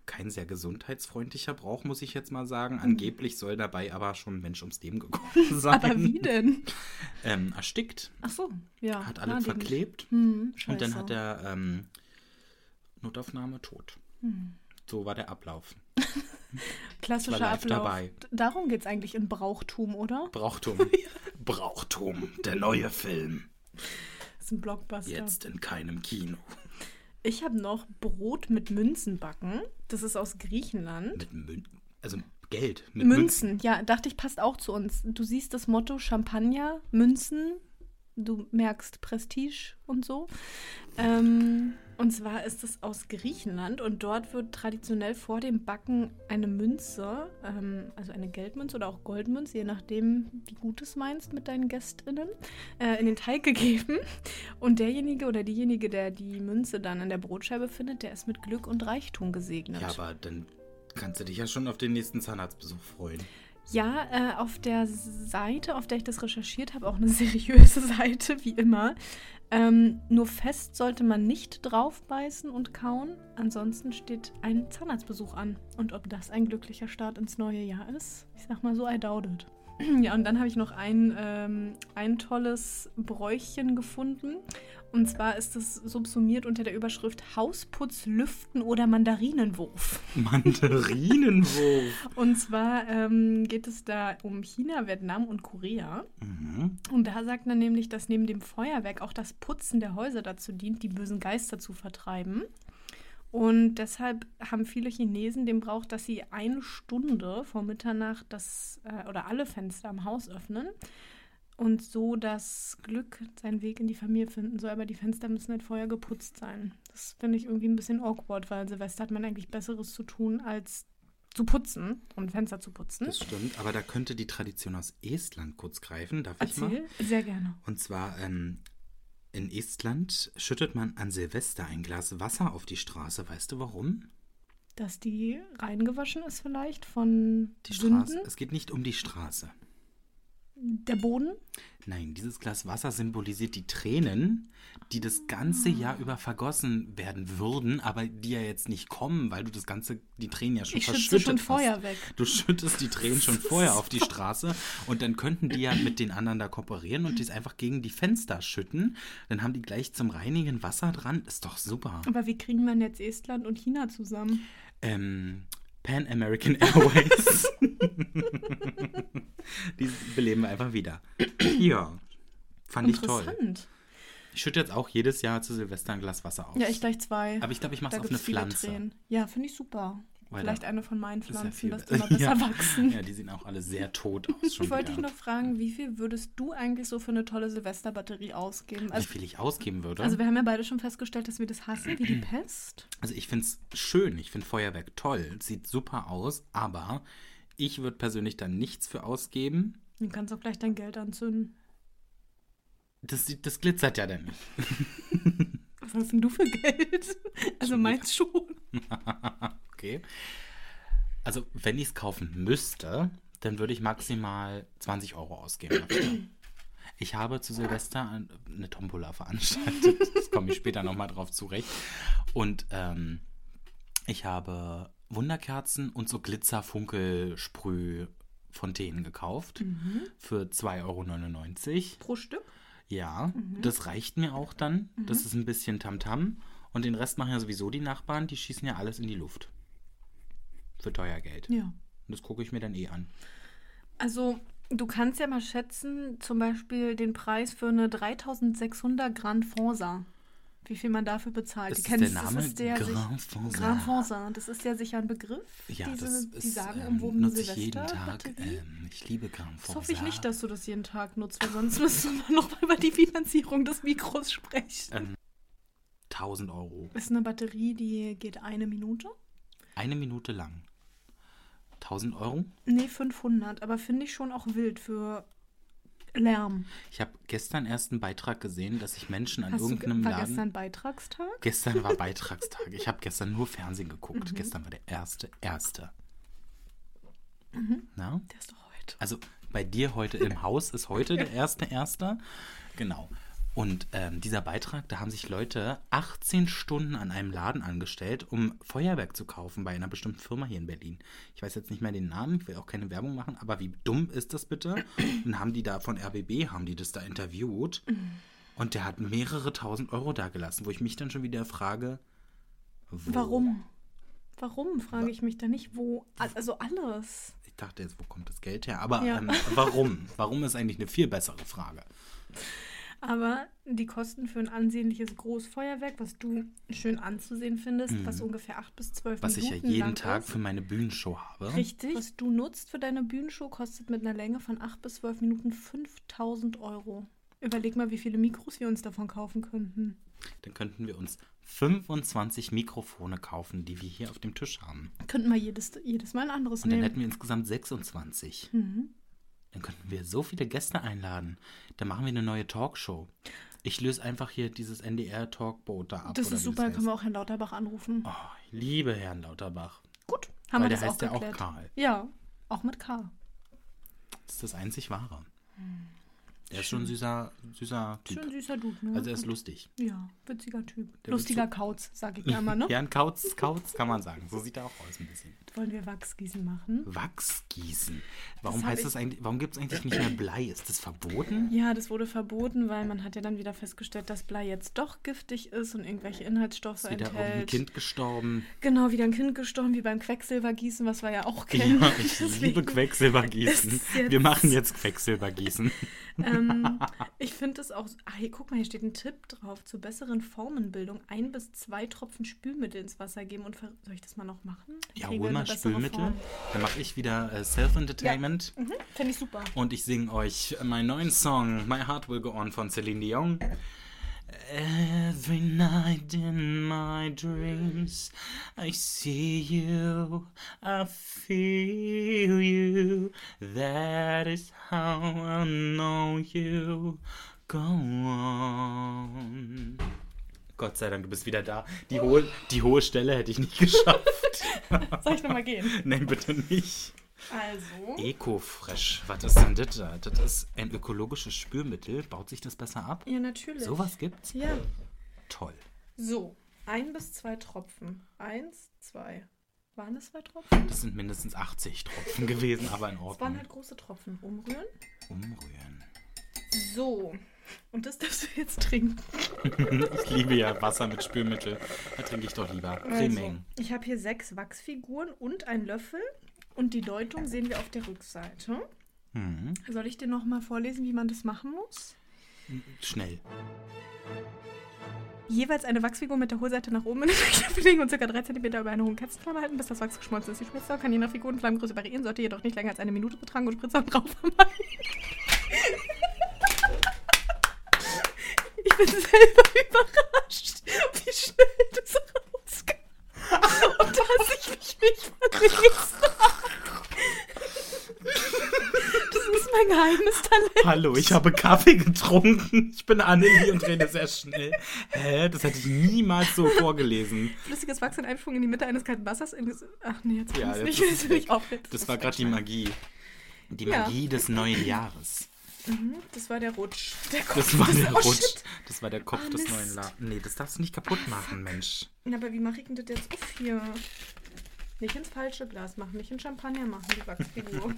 Speaker 1: Kein sehr gesundheitsfreundlicher Brauch, muss ich jetzt mal sagen. Angeblich soll dabei aber schon ein Mensch ums Leben gekommen *laughs* sein.
Speaker 2: Hm. Aber wie denn?
Speaker 1: Ähm, erstickt,
Speaker 2: Ach so, ja.
Speaker 1: hat alles
Speaker 2: naheliegend.
Speaker 1: verklebt.
Speaker 2: Hm,
Speaker 1: Und dann
Speaker 2: scheiße.
Speaker 1: hat er ähm, Notaufnahme tot.
Speaker 2: Hm.
Speaker 1: So war der Ablauf. Ich
Speaker 2: Klassischer
Speaker 1: war live
Speaker 2: Ablauf.
Speaker 1: dabei.
Speaker 2: D- Darum geht es eigentlich in Brauchtum, oder?
Speaker 1: Brauchtum. Brauchtum. Der neue Film.
Speaker 2: Das ist ein Blockbuster.
Speaker 1: Jetzt in keinem Kino.
Speaker 2: Ich habe noch Brot mit Münzen backen. Das ist aus
Speaker 1: Mit
Speaker 2: Griechenland.
Speaker 1: Mün also Geld. Mit
Speaker 2: Münzen. ja, dachte ich, passt auch zu uns. Du siehst das Motto Champagner, Münzen. Du merkst Prestige und so. Ähm, und zwar ist es aus Griechenland und dort wird traditionell vor dem Backen eine Münze, ähm, also eine Geldmünze oder auch Goldmünze, je nachdem, wie gut es meinst mit deinen GästInnen, äh, in den Teig *laughs* gegeben. Und derjenige oder diejenige, der die Münze dann in der Brotscheibe findet, der ist mit Glück und Reichtum gesegnet.
Speaker 1: Ja, aber dann kannst du dich ja schon auf den nächsten Zahnarztbesuch freuen. *laughs*
Speaker 2: Ja, äh, auf der Seite, auf der ich das recherchiert habe, auch eine *laughs* seriöse Seite, wie immer. Ähm, nur fest sollte man nicht draufbeißen und kauen. Ansonsten steht ein Zahnarztbesuch an. Und ob das ein glücklicher Start ins neue Jahr ist, ich sag mal so, I doubt it. *clears throat* Ja, und dann habe ich noch ein, ähm, ein tolles Bräuchchen gefunden. Und zwar ist es subsumiert unter der Überschrift Hausputz, Lüften oder Mandarinenwurf. *laughs*
Speaker 1: Mandarinenwurf.
Speaker 2: Und zwar ähm, geht es da um China, Vietnam und Korea.
Speaker 1: mhm.
Speaker 2: Und da sagt man nämlich, dass neben dem Feuerwerk auch das Putzen der Häuser dazu dient, die bösen Geister zu vertreiben. Und deshalb haben viele Chinesen den Brauch, dass sie eine Stunde vor Mitternacht das äh, oder alle Fenster am Haus öffnen und so das Glück seinen Weg in die Familie finden soll. Aber die Fenster müssen halt vorher geputzt sein. Das finde ich irgendwie ein bisschen awkward, weil Silvester hat man eigentlich Besseres zu tun, als zu putzen und Fenster zu putzen.
Speaker 1: Das stimmt. Aber da könnte die Tradition aus Estland kurz greifen. Darf ich mal?
Speaker 2: Erzähl, sehr gerne.
Speaker 1: Und zwar ähm, In Estland schüttet man an Silvester ein Glas Wasser auf die Straße. Weißt du warum?
Speaker 2: Dass die reingewaschen ist vielleicht von
Speaker 1: Die
Speaker 2: Sünden?
Speaker 1: Straße. Es geht nicht um die Straße.
Speaker 2: Der Boden?
Speaker 1: Nein, dieses Glas Wasser symbolisiert die Tränen, die das
Speaker 2: Ah.
Speaker 1: ganze Jahr über vergossen werden würden, aber die ja jetzt nicht kommen, weil du das ganze, die Tränen ja schon
Speaker 2: Ich schütze
Speaker 1: verschüttet
Speaker 2: schon
Speaker 1: hast.
Speaker 2: Feuer weg.
Speaker 1: Du schüttest die Tränen schon vorher auf
Speaker 2: *laughs*
Speaker 1: die Straße und dann könnten die ja mit den anderen da kooperieren und dies einfach gegen die Fenster schütten. Dann haben die gleich zum Reinigen Wasser dran. Ist doch super.
Speaker 2: Aber wie kriegen wir denn jetzt Estland und China zusammen?
Speaker 1: Ähm, Pan American *laughs* Airways. die beleben wir einfach wieder. Ja. Fand ich toll.
Speaker 2: Interessant.
Speaker 1: Ich schütte jetzt auch jedes Jahr zu Silvester ein Glas Wasser aus.
Speaker 2: Ja, ich gleich zwei.
Speaker 1: Aber ich glaube, ich mache
Speaker 2: da
Speaker 1: es auf
Speaker 2: gibt's
Speaker 1: eine
Speaker 2: viele
Speaker 1: Pflanze.
Speaker 2: Tränen. Ja, finde ich super.
Speaker 1: Weil
Speaker 2: Vielleicht
Speaker 1: *laughs* da
Speaker 2: eine von meinen
Speaker 1: ist ja
Speaker 2: Pflanzen,
Speaker 1: viel
Speaker 2: dass die
Speaker 1: be-
Speaker 2: mal besser
Speaker 1: *laughs* Ja.
Speaker 2: wachsen.
Speaker 1: Ja, die sehen auch alle sehr tot aus
Speaker 2: *laughs*
Speaker 1: schon
Speaker 2: Ich wollte dich
Speaker 1: wieder.
Speaker 2: noch fragen, wie viel würdest du eigentlich so für eine tolle Silvesterbatterie ausgeben?
Speaker 1: Wie
Speaker 2: Also,
Speaker 1: viel ich ausgeben würde.
Speaker 2: also wir haben ja beide schon festgestellt, dass wir das hassen,
Speaker 1: *clears throat*
Speaker 2: wie die Pest.
Speaker 1: Also ich finde es schön, ich finde Feuerwerk toll, sieht super aus, aber ich würde persönlich dann nichts für ausgeben.
Speaker 2: Du kannst auch gleich dein Geld anzünden.
Speaker 1: Das, sieht- das glitzert ja dann nicht.
Speaker 2: Was hast denn du für Geld? Also meins schon.
Speaker 1: Okay. Also wenn ich es kaufen müsste, dann würde ich maximal 20 Euro ausgeben. Dafür. Ich habe zu Silvester ein- eine Tombola veranstaltet. *laughs* Das komme ich später nochmal drauf zurecht. Und ähm, ich habe Wunderkerzen und so Glitzer-Funkel-Sprüh-Fontänen gekauft für 2,99 Euro.
Speaker 2: Pro Stück?
Speaker 1: Ja,
Speaker 2: Mhm.
Speaker 1: das reicht mir auch dann. Das ist ein bisschen Tamtam. Und den Rest machen ja sowieso die Nachbarn. Die schießen ja alles in die Luft. Für teuer Geld.
Speaker 2: Ja. Ah,
Speaker 1: Und das gucke ich mir dann eh an.
Speaker 2: Also du kannst ja mal schätzen, zum Beispiel den Preis für eine 3600 Grand Fonsa. Wie viel man dafür bezahlt.
Speaker 1: Das
Speaker 2: Die
Speaker 1: ist
Speaker 2: kennst-
Speaker 1: der Name?
Speaker 2: Das ist der
Speaker 1: Grand
Speaker 2: sich-
Speaker 1: Fonsa.
Speaker 2: Grand Fonsa. Das ist ja sicher ein Begriff.
Speaker 1: Ja,
Speaker 2: diese,
Speaker 1: das ist,
Speaker 2: die sagen
Speaker 1: ähm,
Speaker 2: im Woben
Speaker 1: nutze ich
Speaker 2: Silvester.
Speaker 1: jeden Tag.
Speaker 2: Batterie.
Speaker 1: Ähm, ich liebe Kram
Speaker 2: Das hoffe ich nicht, dass du das jeden Tag nutzt, weil sonst *laughs* müssen wir noch mal über die Finanzierung des Mikros sprechen.
Speaker 1: 1000 Euro.
Speaker 2: Ist eine Batterie, die geht eine Minute?
Speaker 1: Eine Minute lang. 1000 Euro?
Speaker 2: Nee, 500. Aber finde ich schon auch wild für Lärm.
Speaker 1: Ich habe gestern erst einen Beitrag gesehen, dass sich Menschen an
Speaker 2: Hast du,
Speaker 1: irgendeinem
Speaker 2: war
Speaker 1: Laden.
Speaker 2: gestern Beitragstag?
Speaker 1: Gestern war Beitragstag. Ich habe gestern nur Fernsehen geguckt. Gestern war der erste, erste. Na?
Speaker 2: Der ist doch heute.
Speaker 1: Also bei dir heute im Haus ist heute der erste, erste. Genau. Und ähm, dieser Beitrag, da haben sich Leute 18 Stunden an einem Laden angestellt, um Feuerwerk zu kaufen bei einer bestimmten Firma hier in Berlin. Ich weiß jetzt nicht mehr den Namen, ich will auch keine Werbung machen, aber wie dumm ist das bitte? Dann haben die da von RBB, haben die das da interviewt. Und der hat mehrere tausend Euro da gelassen, wo ich mich dann schon wieder frage, wo?
Speaker 2: Warum? Warum, frage ich mich da nicht, wo. Also alles.
Speaker 1: Ich dachte jetzt, wo kommt das Geld her? Aber
Speaker 2: Ja.
Speaker 1: ähm, warum? Warum ist eigentlich eine viel bessere Frage?
Speaker 2: Aber die Kosten für ein ansehnliches Großfeuerwerk, was du schön anzusehen findest, was ungefähr 8 bis 12
Speaker 1: Mhm. Was ich
Speaker 2: Minuten
Speaker 1: ja jeden
Speaker 2: lang
Speaker 1: Tag
Speaker 2: ist,
Speaker 1: für meine Bühnenshow habe.
Speaker 2: Richtig. Was du nutzt für deine Bühnenshow, kostet mit einer Länge von 8 bis 12 Minuten 5000 Euro. Überleg mal, wie viele Mikros wir uns davon kaufen könnten.
Speaker 1: Dann könnten wir uns 25 Mikrofone kaufen, die wir hier auf dem Tisch haben.
Speaker 2: Könnten wir jedes, jedes Mal ein anderes
Speaker 1: Und dann
Speaker 2: nehmen.
Speaker 1: hätten wir insgesamt 26.
Speaker 2: Mhm.
Speaker 1: Dann könnten wir so viele Gäste einladen. Dann machen wir eine neue Talkshow. Ich löse einfach hier dieses NDR-Talkboot da ab.
Speaker 2: Das
Speaker 1: oder
Speaker 2: ist
Speaker 1: wie
Speaker 2: super, können
Speaker 1: heißt.
Speaker 2: wir auch Herrn Lauterbach anrufen.
Speaker 1: Oh, ich liebe Herrn Lauterbach.
Speaker 2: Gut,
Speaker 1: Weil
Speaker 2: haben wir
Speaker 1: der
Speaker 2: das
Speaker 1: heißt
Speaker 2: auch
Speaker 1: ja auch
Speaker 2: geklärt.
Speaker 1: Karl.
Speaker 2: Ja, auch mit K.
Speaker 1: Das ist das einzig wahre. Er ist schon ein süßer, süßer Typ.
Speaker 2: Hm. Schön süßer Dude, ne?
Speaker 1: Also er ist lustig.
Speaker 2: Ja, witziger Typ.
Speaker 1: Der
Speaker 2: Lustiger
Speaker 1: wird
Speaker 2: Kauz, sag ich ja immer, ne?
Speaker 1: *laughs* Ja, ein Kauz, Kauz kann man sagen. So sieht er auch aus ein bisschen.
Speaker 2: Wollen wir Wachsgießen machen?
Speaker 1: Wachsgießen. Warum
Speaker 2: hab
Speaker 1: heißt
Speaker 2: ich-
Speaker 1: das eigentlich, warum gibt es eigentlich nicht
Speaker 2: *clears throat*
Speaker 1: mehr Blei? Ist das verboten?
Speaker 2: Ja, das wurde verboten, weil man hat ja dann wieder festgestellt, dass Blei jetzt doch giftig ist und irgendwelche Inhaltsstoffe
Speaker 1: Ist wieder
Speaker 2: enthält.
Speaker 1: irgendein Kind
Speaker 2: *laughs*
Speaker 1: gestorben.
Speaker 2: Genau, wieder ein Kind gestorben, wie beim Quecksilbergießen, was wir ja auch kennen.
Speaker 1: Ja, ich liebe
Speaker 2: *laughs* Deswegen,
Speaker 1: Quecksilbergießen.
Speaker 2: ist jetzt-
Speaker 1: Wir machen jetzt
Speaker 2: *laughs*
Speaker 1: Quecksilbergießen. *laughs*
Speaker 2: Ähm, ich finde es auch. Ah, hier, guck mal, hier steht ein Tipp drauf. Zur besseren Formenbildung ein bis zwei Tropfen Spülmittel ins Wasser geben und ver soll ich das mal noch machen? Dann
Speaker 1: Ja,
Speaker 2: kriegen
Speaker 1: hol
Speaker 2: wir
Speaker 1: mal
Speaker 2: eine bessere
Speaker 1: Spülmittel.
Speaker 2: Form.
Speaker 1: Dann mache ich wieder äh, Self-Entertainment.
Speaker 2: Mhm, Fände ich super.
Speaker 1: Und ich singe euch meinen neuen Song My Heart Will Go On von Celine Dion. Every night in my dreams I see you, I feel you That is how I know you Go on Gott sei Dank, du bist wieder da. Die hohe, die hohe Stelle hätte ich nicht *laughs* geschafft.
Speaker 2: Soll ich
Speaker 1: *laughs*
Speaker 2: nochmal gehen?
Speaker 1: Nein, bitte nicht.
Speaker 2: Also.
Speaker 1: Ecofresh, was ist denn das da? Das ist ein ökologisches Spülmittel. Baut sich das besser ab?
Speaker 2: Ja, natürlich.
Speaker 1: Sowas gibt's?
Speaker 2: Ja.
Speaker 1: Toll.
Speaker 2: So, ein bis zwei Tropfen. Eins, zwei. Waren es zwei Tropfen?
Speaker 1: Das sind mindestens 80 Tropfen *laughs* gewesen, aber in
Speaker 2: Es waren
Speaker 1: Ordnung.
Speaker 2: halt große Tropfen. Umrühren.
Speaker 1: Umrühren.
Speaker 2: So. Und das darfst du jetzt trinken.
Speaker 1: Ich liebe ja Wasser mit Spülmittel. Da trinke ich doch lieber.
Speaker 2: Also,
Speaker 1: Creming.
Speaker 2: ich habe hier sechs Wachsfiguren und einen Löffel. Und die Deutung sehen wir auf der Rückseite.
Speaker 1: Mhm.
Speaker 2: Soll ich dir nochmal vorlesen, wie man das machen muss?
Speaker 1: Schnell.
Speaker 2: Jeweils eine Wachsfigur mit der Hohlseite nach oben in den Löcher belegen und ca. 3 cm über einer hohen Katzenklammer halten, bis das Wachs geschmolzen ist. Die Spritzer kann je nach Figur und Flammengröße variieren, sollte jedoch nicht länger als eine Minute betragen und Spritzer und drauf vermeiden. Ich bin selber *laughs* überrascht, wie schnell das rauskam. Und dass ich mich nicht verlesen habe. Das ist mein geheimes Talent.
Speaker 1: Hallo, ich habe Kaffee getrunken. Ich bin Annelie und rede sehr schnell. Hä? Das hätte ich niemals so vorgelesen.
Speaker 2: Flüssiges Wachs in einem Schwung in die Mitte eines kalten Wassers. In ges- Ach nee, jetzt
Speaker 1: Ja,
Speaker 2: ja,
Speaker 1: jetzt
Speaker 2: nicht.
Speaker 1: ist es
Speaker 2: *laughs* Jetzt will ich
Speaker 1: weg.
Speaker 2: aufhören.
Speaker 1: Das war gerade die Magie. Die
Speaker 2: Ja.
Speaker 1: Magie des neuen Jahres.
Speaker 2: Das war der Rutsch. Der Kopf.
Speaker 1: Das war der
Speaker 2: oh,
Speaker 1: Rutsch.
Speaker 2: shit.
Speaker 1: Das war der Kopf
Speaker 2: Ah,
Speaker 1: des
Speaker 2: Mist.
Speaker 1: neuen Jahres. Nee, das darfst du nicht kaputt machen, Mensch.
Speaker 2: Na, aber wie mache ich denn das jetzt auf hier? Nicht ins falsche Glas machen, nicht in Champagner machen, die Wachsfigur.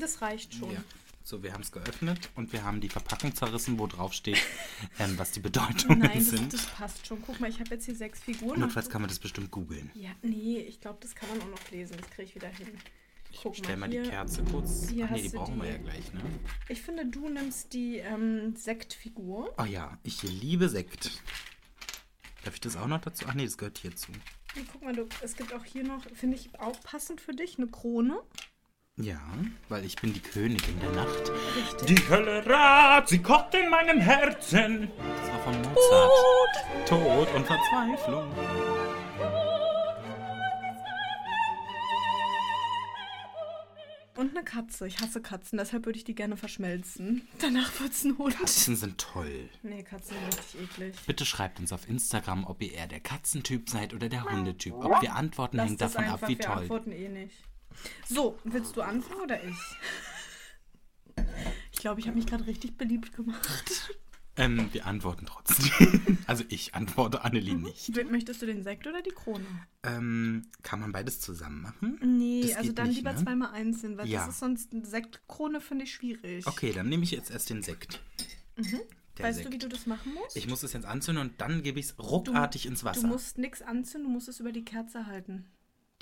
Speaker 2: das reicht schon.
Speaker 1: Ja. So, wir haben es geöffnet und wir haben die Verpackung zerrissen, wo drauf steht, ähm, was die Bedeutungen
Speaker 2: Nein, das,
Speaker 1: sind.
Speaker 2: das passt schon. Guck mal, ich habe jetzt hier sechs Figuren.
Speaker 1: Notfalls kann man das bestimmt googeln.
Speaker 2: ja, nee, ich glaube, das kann man auch noch lesen. Das kriege ich wieder hin. Guck
Speaker 1: Stell mal die
Speaker 2: hier.
Speaker 1: Kerze kurz.
Speaker 2: hier
Speaker 1: Ach nee,
Speaker 2: hast
Speaker 1: die
Speaker 2: du
Speaker 1: brauchen wir
Speaker 2: die-
Speaker 1: ja gleich, ne?
Speaker 2: Ich finde, du nimmst die ähm, Sektfigur.
Speaker 1: Oh ja, ich liebe Sekt. Darf ich das auch noch dazu? Ach nee, das gehört hierzu.
Speaker 2: Und guck mal, du, es gibt auch hier noch, finde ich auch passend für dich, eine Krone.
Speaker 1: Ja, weil ich bin die Königin der Nacht.
Speaker 2: Richtig.
Speaker 1: Die Hölle rat, sie kocht in meinem Herzen. Das war von Mozart.
Speaker 2: Oh.
Speaker 1: Tod und Verzweiflung.
Speaker 2: Und eine Katze. Ich hasse Katzen, deshalb würde ich die gerne verschmelzen. *laughs* Danach wird's ein Hund.
Speaker 1: Katzen sind toll.
Speaker 2: Nee, Katzen sind richtig eklig.
Speaker 1: Bitte schreibt uns auf Instagram, ob ihr eher der Katzentyp seid oder der Hundetyp. Ob wir antworten,
Speaker 2: Lass
Speaker 1: hängt
Speaker 2: das
Speaker 1: davon
Speaker 2: einfach,
Speaker 1: ab, wie
Speaker 2: wir
Speaker 1: toll.
Speaker 2: antworten eh nicht. So, willst du anfangen oder ich? Ich glaube, ich habe mich gerade richtig beliebt *laughs* gemacht.
Speaker 1: *laughs* Ähm, wir antworten trotzdem. *laughs* also ich antworte Annelie nicht.
Speaker 2: Möchtest du den Sekt oder die Krone?
Speaker 1: Ähm, kann man beides zusammen machen?
Speaker 2: Nee,
Speaker 1: Das
Speaker 2: also
Speaker 1: geht
Speaker 2: dann
Speaker 1: nicht,
Speaker 2: lieber
Speaker 1: ne?
Speaker 2: zweimal einzeln, weil
Speaker 1: Ja.
Speaker 2: das ist sonst eine Sektkrone, finde ich schwierig.
Speaker 1: Okay, dann nehme ich jetzt erst den Sekt. Der
Speaker 2: Mhm. weißt
Speaker 1: Sekt.
Speaker 2: du, wie du das machen musst?
Speaker 1: ich muss es jetzt anzünden und dann gebe ich es ruckartig ins Wasser.
Speaker 2: Du musst nichts anzünden, du musst es über die Kerze halten.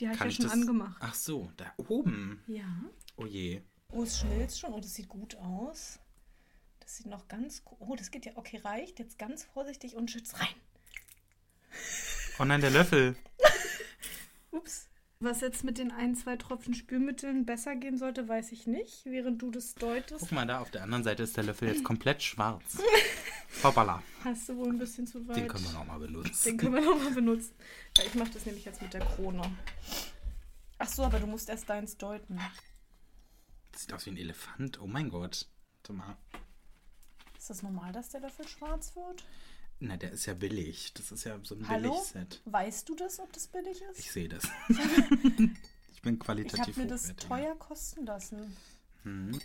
Speaker 2: Die habe ich ja schon
Speaker 1: das-
Speaker 2: angemacht.
Speaker 1: Ach so, da oben.
Speaker 2: Ja.
Speaker 1: Oh je.
Speaker 2: Oh, es schmilzt schon. Oh, das sieht gut aus. Das sieht noch ganz gut. Oh, das geht ja. Okay, reicht. Jetzt ganz vorsichtig und schütz rein.
Speaker 1: Oh nein, der Löffel.
Speaker 2: Ups. Was jetzt mit den ein, zwei Tropfen Spülmitteln besser gehen sollte, weiß ich nicht. Während du das deutest,
Speaker 1: Guck mal da, auf der anderen Seite ist der Löffel jetzt komplett
Speaker 2: *laughs*
Speaker 1: schwarz. Hoppala.
Speaker 2: hast du wohl ein bisschen zu weit.
Speaker 1: Den können wir nochmal
Speaker 2: Den
Speaker 1: benutzen.
Speaker 2: können wir nochmal benutzen. Ja, ich mache das nämlich jetzt mit der Krone. Ach so, aber du musst erst deins deuten.
Speaker 1: Das sieht aus wie ein Elefant. Oh mein Gott. Warte mal.
Speaker 2: Ist das normal, dass der Löffel schwarz wird?
Speaker 1: Na, der ist ja billig. Das ist ja so ein
Speaker 2: Hallo?
Speaker 1: Billigset.
Speaker 2: Weißt du das, ob das billig ist?
Speaker 1: Ich sehe
Speaker 2: *laughs*
Speaker 1: das. ich bin
Speaker 2: Ich habe
Speaker 1: qualitativ
Speaker 2: mir das
Speaker 1: hochwertig.
Speaker 2: teuer kosten lassen.
Speaker 1: Hm.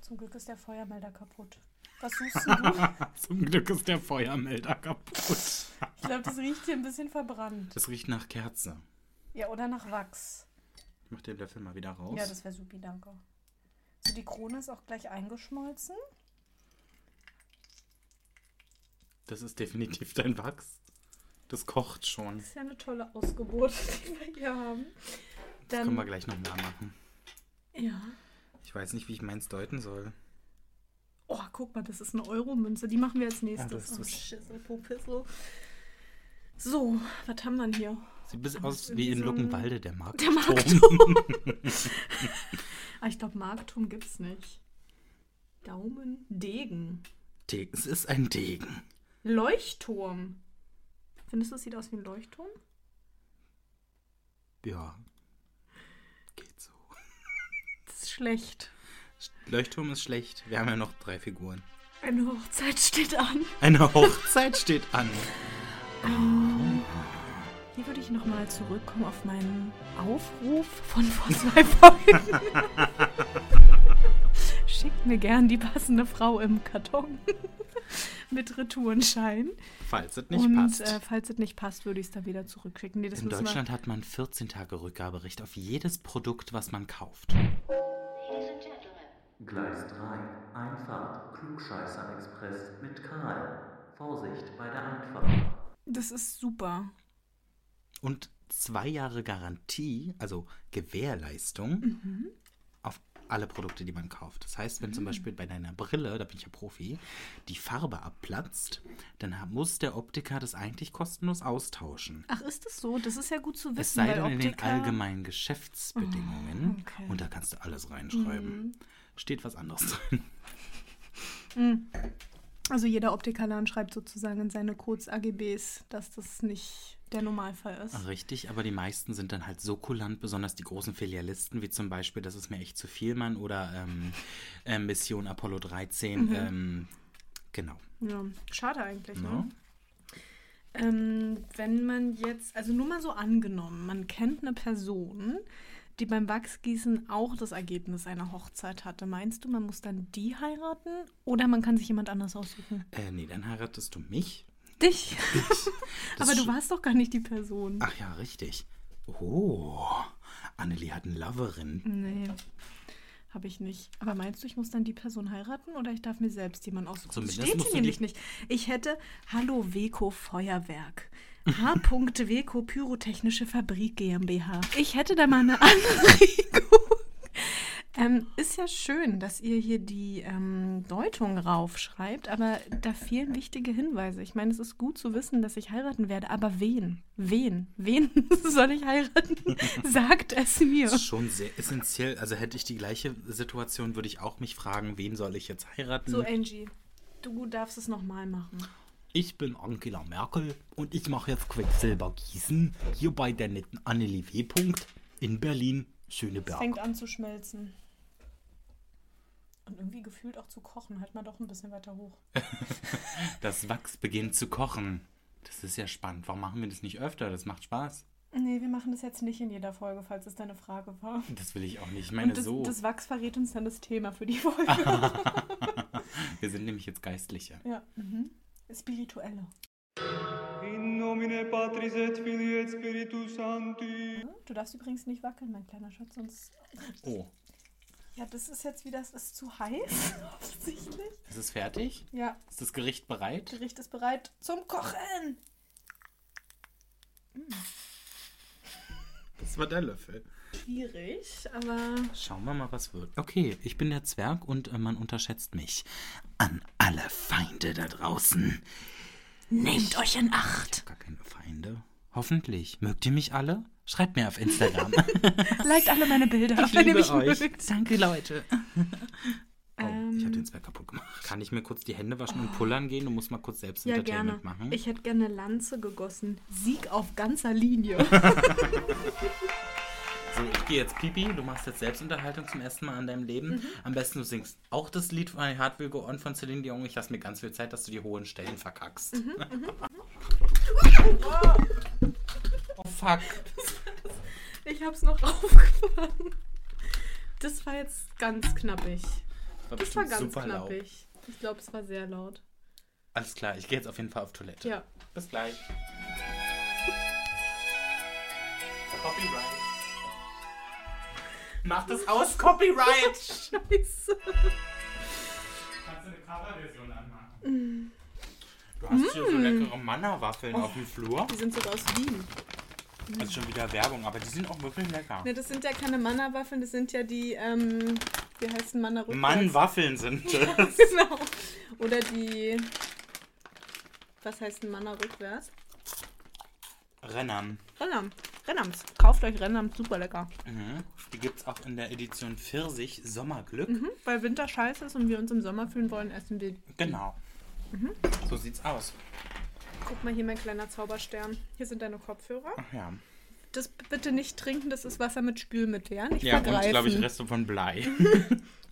Speaker 2: Zum Glück ist der Feuermelder kaputt. Was suchst
Speaker 1: *laughs*
Speaker 2: denn du?
Speaker 1: Zum Glück ist der Feuermelder kaputt.
Speaker 2: Ich glaube, das riecht hier ein bisschen verbrannt.
Speaker 1: Das riecht nach Kerze.
Speaker 2: Ja, oder nach Wachs.
Speaker 1: Ich mach den Löffel mal wieder raus.
Speaker 2: Ja, das wäre supi, danke. So, die Krone ist auch gleich eingeschmolzen.
Speaker 1: Das ist definitiv dein Wachs. Das kocht schon.
Speaker 2: Das ist ja eine tolle Ausgeburt, *laughs* die wir hier haben.
Speaker 1: Das können wir
Speaker 2: Dann,
Speaker 1: gleich nochmal machen.
Speaker 2: ja.
Speaker 1: Ich weiß nicht, wie ich meins deuten soll.
Speaker 2: Oh, guck mal, das ist eine Euro-Münze. Die machen wir
Speaker 1: Ah, das
Speaker 2: als nächstes.
Speaker 1: ist
Speaker 2: Oh,
Speaker 1: das-
Speaker 2: Schissel, Popissel. So, was haben wir denn hier?
Speaker 1: Sieht ein bisschen
Speaker 2: Aber
Speaker 1: aus
Speaker 2: ist
Speaker 1: wie
Speaker 2: irgendwie
Speaker 1: in
Speaker 2: so ein-
Speaker 1: Luckenwalde, der
Speaker 2: Der
Speaker 1: Marktturm. *laughs*
Speaker 2: Markturm. ah, ich glaube, Markturm gibt's nicht. Daumen, Degen.
Speaker 1: De- Es ist ein Degen.
Speaker 2: Leuchtturm. Findest du, es sieht aus wie ein Leuchtturm?
Speaker 1: Ja. Geht so.
Speaker 2: Das ist schlecht.
Speaker 1: Leuchtturm ist schlecht. Wir haben ja noch drei Figuren.
Speaker 2: Eine Hochzeit steht an. *laughs*
Speaker 1: Eine Hochzeit steht an.
Speaker 2: Hier würde ich nochmal zurückkommen auf meinen Aufruf
Speaker 1: *laughs*
Speaker 2: von vor zwei Folgen. Schickt mir gern die passende Frau im Karton *laughs* mit Retourenschein.
Speaker 1: Falls es nicht
Speaker 2: Und
Speaker 1: passt.
Speaker 2: Äh, falls es nicht passt, würde ich es dann wieder zurückschicken. Nee, das
Speaker 1: In
Speaker 2: müssen
Speaker 1: Deutschland hat man 14 Tage Rückgaberecht auf jedes Produkt, was man kauft.
Speaker 4: Ladies and gentlemen,
Speaker 5: Gleis 3, Einfahrt, Klugscheißer Express mit Karl. Vorsicht bei der Einfahrt.
Speaker 2: Wir, das ist super.
Speaker 1: Und zwei Jahre Garantie, also Gewährleistung,
Speaker 2: Mhm.
Speaker 1: auf alle Produkte, die man kauft. Das heißt, wenn
Speaker 2: Ah.
Speaker 1: zum Beispiel bei deiner Brille, da bin ich ja Profi, die Farbe abplatzt, dann ha- muss der Optiker das eigentlich kostenlos austauschen.
Speaker 2: Ach, ist das so? Das ist ja gut zu wissen.
Speaker 1: Es sei
Speaker 2: weil
Speaker 1: denn in den
Speaker 2: Optiker-
Speaker 1: allgemeinen Geschäftsbedingungen.
Speaker 2: Ah, okay.
Speaker 1: Und da kannst du alles reinschreiben. Steht was anderes drin.
Speaker 2: Also jeder Optikerladen schreibt sozusagen in seine Codes AGBs, dass das nicht der Normalfall
Speaker 1: *laughs*
Speaker 2: ist.
Speaker 1: Richtig, aber die meisten sind dann halt so kulant, besonders die großen Filialisten, wie zum Beispiel, das ist mir echt zu viel, Mann, oder ähm, äh, Mission Apollo 13. Ähm, genau.
Speaker 2: Ja, schade eigentlich,
Speaker 1: Ja.
Speaker 2: ne? Ähm, wenn man jetzt, also nur mal so angenommen, man kennt eine Person, die beim Wachsgießen auch das Ergebnis einer Hochzeit hatte. Meinst du, man muss dann die heiraten oder man kann sich jemand anders aussuchen?
Speaker 1: Äh, nee, dann heiratest du mich.
Speaker 2: Dich?
Speaker 1: Das
Speaker 2: Aber du
Speaker 1: sch-
Speaker 2: warst doch gar nicht die Person.
Speaker 1: Ach ja, richtig. Oh, Annelie hat eine Loverin.
Speaker 2: Nee, habe ich nicht. Aber meinst du, ich muss dann die Person heiraten oder ich darf mir selbst jemanden aussuchen?
Speaker 1: Zumindest
Speaker 2: das steht
Speaker 1: musst
Speaker 2: hier
Speaker 1: du
Speaker 2: nämlich
Speaker 1: die-
Speaker 2: nicht. Ich hätte Hallo
Speaker 1: *laughs*
Speaker 2: Weko Feuerwerk. H. Weko Pyrotechnische Fabrik GmbH. Ich hätte da
Speaker 1: *laughs*
Speaker 2: mal eine Anregung. Ähm, ist ja schön, dass ihr hier die ähm, Deutung raufschreibt, aber da fehlen wichtige Hinweise. Ich meine, es ist gut zu wissen, dass ich heiraten werde, aber wen? Wen? Wen *laughs* soll
Speaker 1: *laughs*
Speaker 2: ich heiraten? Sagt es mir.
Speaker 1: Das ist schon sehr essentiell. Also hätte ich die gleiche Situation, würde ich auch mich fragen, wen soll ich jetzt heiraten?
Speaker 2: So, Angie, du darfst es nochmal machen.
Speaker 1: Ich bin Angela Merkel und ich mache jetzt Quecksilber gießen hier bei der netten Annelie W. Punkt in Berlin Schöneberg.
Speaker 2: an zu schmelzen. Und irgendwie gefühlt auch zu kochen. Halt mal doch ein bisschen weiter hoch.
Speaker 1: Das Wachs beginnt zu kochen. Das ist ja spannend. Warum machen wir das nicht öfter? Das macht Spaß.
Speaker 2: Nee, wir machen das jetzt nicht in jeder Folge, falls es deine Frage war.
Speaker 1: Das will ich auch nicht. Ich meine
Speaker 2: Und das,
Speaker 1: so.
Speaker 2: das Wachs verrät uns dann das Thema für
Speaker 1: *laughs*
Speaker 2: die Folge.
Speaker 1: Wir sind nämlich jetzt Geistliche.
Speaker 2: ja. Mhm. Spirituelle.
Speaker 6: In nomine Patris et Filii et Spiritus Sancti.
Speaker 2: Mhm. Du darfst übrigens nicht wackeln, mein kleiner Schatz, sonst.
Speaker 1: Oh,
Speaker 2: Ja, das ist jetzt wieder, es ist zu heiß, *laughs* offensichtlich.
Speaker 1: ist es fertig?
Speaker 2: Ja,
Speaker 1: Ist das Gericht bereit?
Speaker 2: Gericht ist bereit zum Kochen.
Speaker 1: Das war der Löffel.
Speaker 2: Schwierig, aber
Speaker 1: Schauen wir mal, was wird. Okay, ich bin der Zwerg und äh, man unterschätzt mich. An alle Feinde da draußen.
Speaker 2: nehmt euch in Acht.
Speaker 1: Gar keine Feinde. Hoffentlich. Mögt ihr mich alle? Schreibt mir auf
Speaker 2: *laughs*
Speaker 1: Instagram.
Speaker 2: Liked alle meine Bilder, wenn ihr mich mögt.
Speaker 1: Danke, Leute. *laughs* Oh, ich habe
Speaker 2: Ähm,
Speaker 1: den Zwerg kaputt gemacht. Kann ich mir kurz die Hände waschen und pullern gehen? Du musst mal kurz selbst
Speaker 2: Ah. ja, gerne.
Speaker 1: Entertainment machen.
Speaker 2: Ich hätte gerne Lanze gegossen. Sieg auf ganzer *laughs* Linie.
Speaker 1: so, ich gehe jetzt pipi. Du machst jetzt Selbstunterhaltung zum ersten Mal in deinem Leben.
Speaker 2: Mhm.
Speaker 1: Am besten du singst auch das Lied von I Heart Will Go On von Celine Dion. Ich lasse mir ganz viel Zeit, dass du die hohen Stellen verkackst.
Speaker 2: Mhm,
Speaker 1: oh, fuck.
Speaker 2: ich hab's noch *laughs* aufgefangen. Das war jetzt ganz knappig. Das war
Speaker 1: bestimmt
Speaker 2: ganz
Speaker 1: super laut.
Speaker 2: knappig. Ich glaube, es war sehr laut.
Speaker 1: Alles klar, ich gehe jetzt auf jeden Fall auf Toilette.
Speaker 2: Ja. *laughs*
Speaker 1: Bis gleich. Copyright. Mach das aus, Copyright!
Speaker 2: Scheiße.
Speaker 1: Kannst du eine Coverversion anmachen? Du hast hier
Speaker 2: Mm.
Speaker 1: so leckere Manna-Waffeln
Speaker 2: Oh.
Speaker 1: auf dem Flur.
Speaker 2: Die sind sogar aus Wien.
Speaker 1: Das ist schon wieder Werbung, aber die sind auch wirklich lecker.
Speaker 2: Ne, das sind ja keine Manna-Waffeln, das sind ja die, ähm, wie heißen Manna
Speaker 1: Mann, Waffeln sind *laughs* das.
Speaker 2: *laughs* Genau. Oder die, was heißt ein Manna rückwärts?
Speaker 1: Rennern.
Speaker 2: Rennam. Rennams. Kauft euch Rennams, super lecker.
Speaker 1: Mhm. Die gibt's auch in der Edition Pfirsich Sommerglück.
Speaker 2: Mhm. Weil Winter scheiße ist und wir uns im Sommer fühlen wollen, essen wir.
Speaker 1: Genau.
Speaker 2: Mhm.
Speaker 1: So sieht's aus.
Speaker 2: Guck mal hier, mein kleiner Zauberstern. Hier sind deine Kopfhörer.
Speaker 1: Ach ja.
Speaker 2: Das b- bitte nicht trinken, das ist Wasser mit Spülmittel, ja? Mhm. Nicht
Speaker 1: Ja, und
Speaker 2: vergreifen.
Speaker 1: glaube ich Reste von Blei.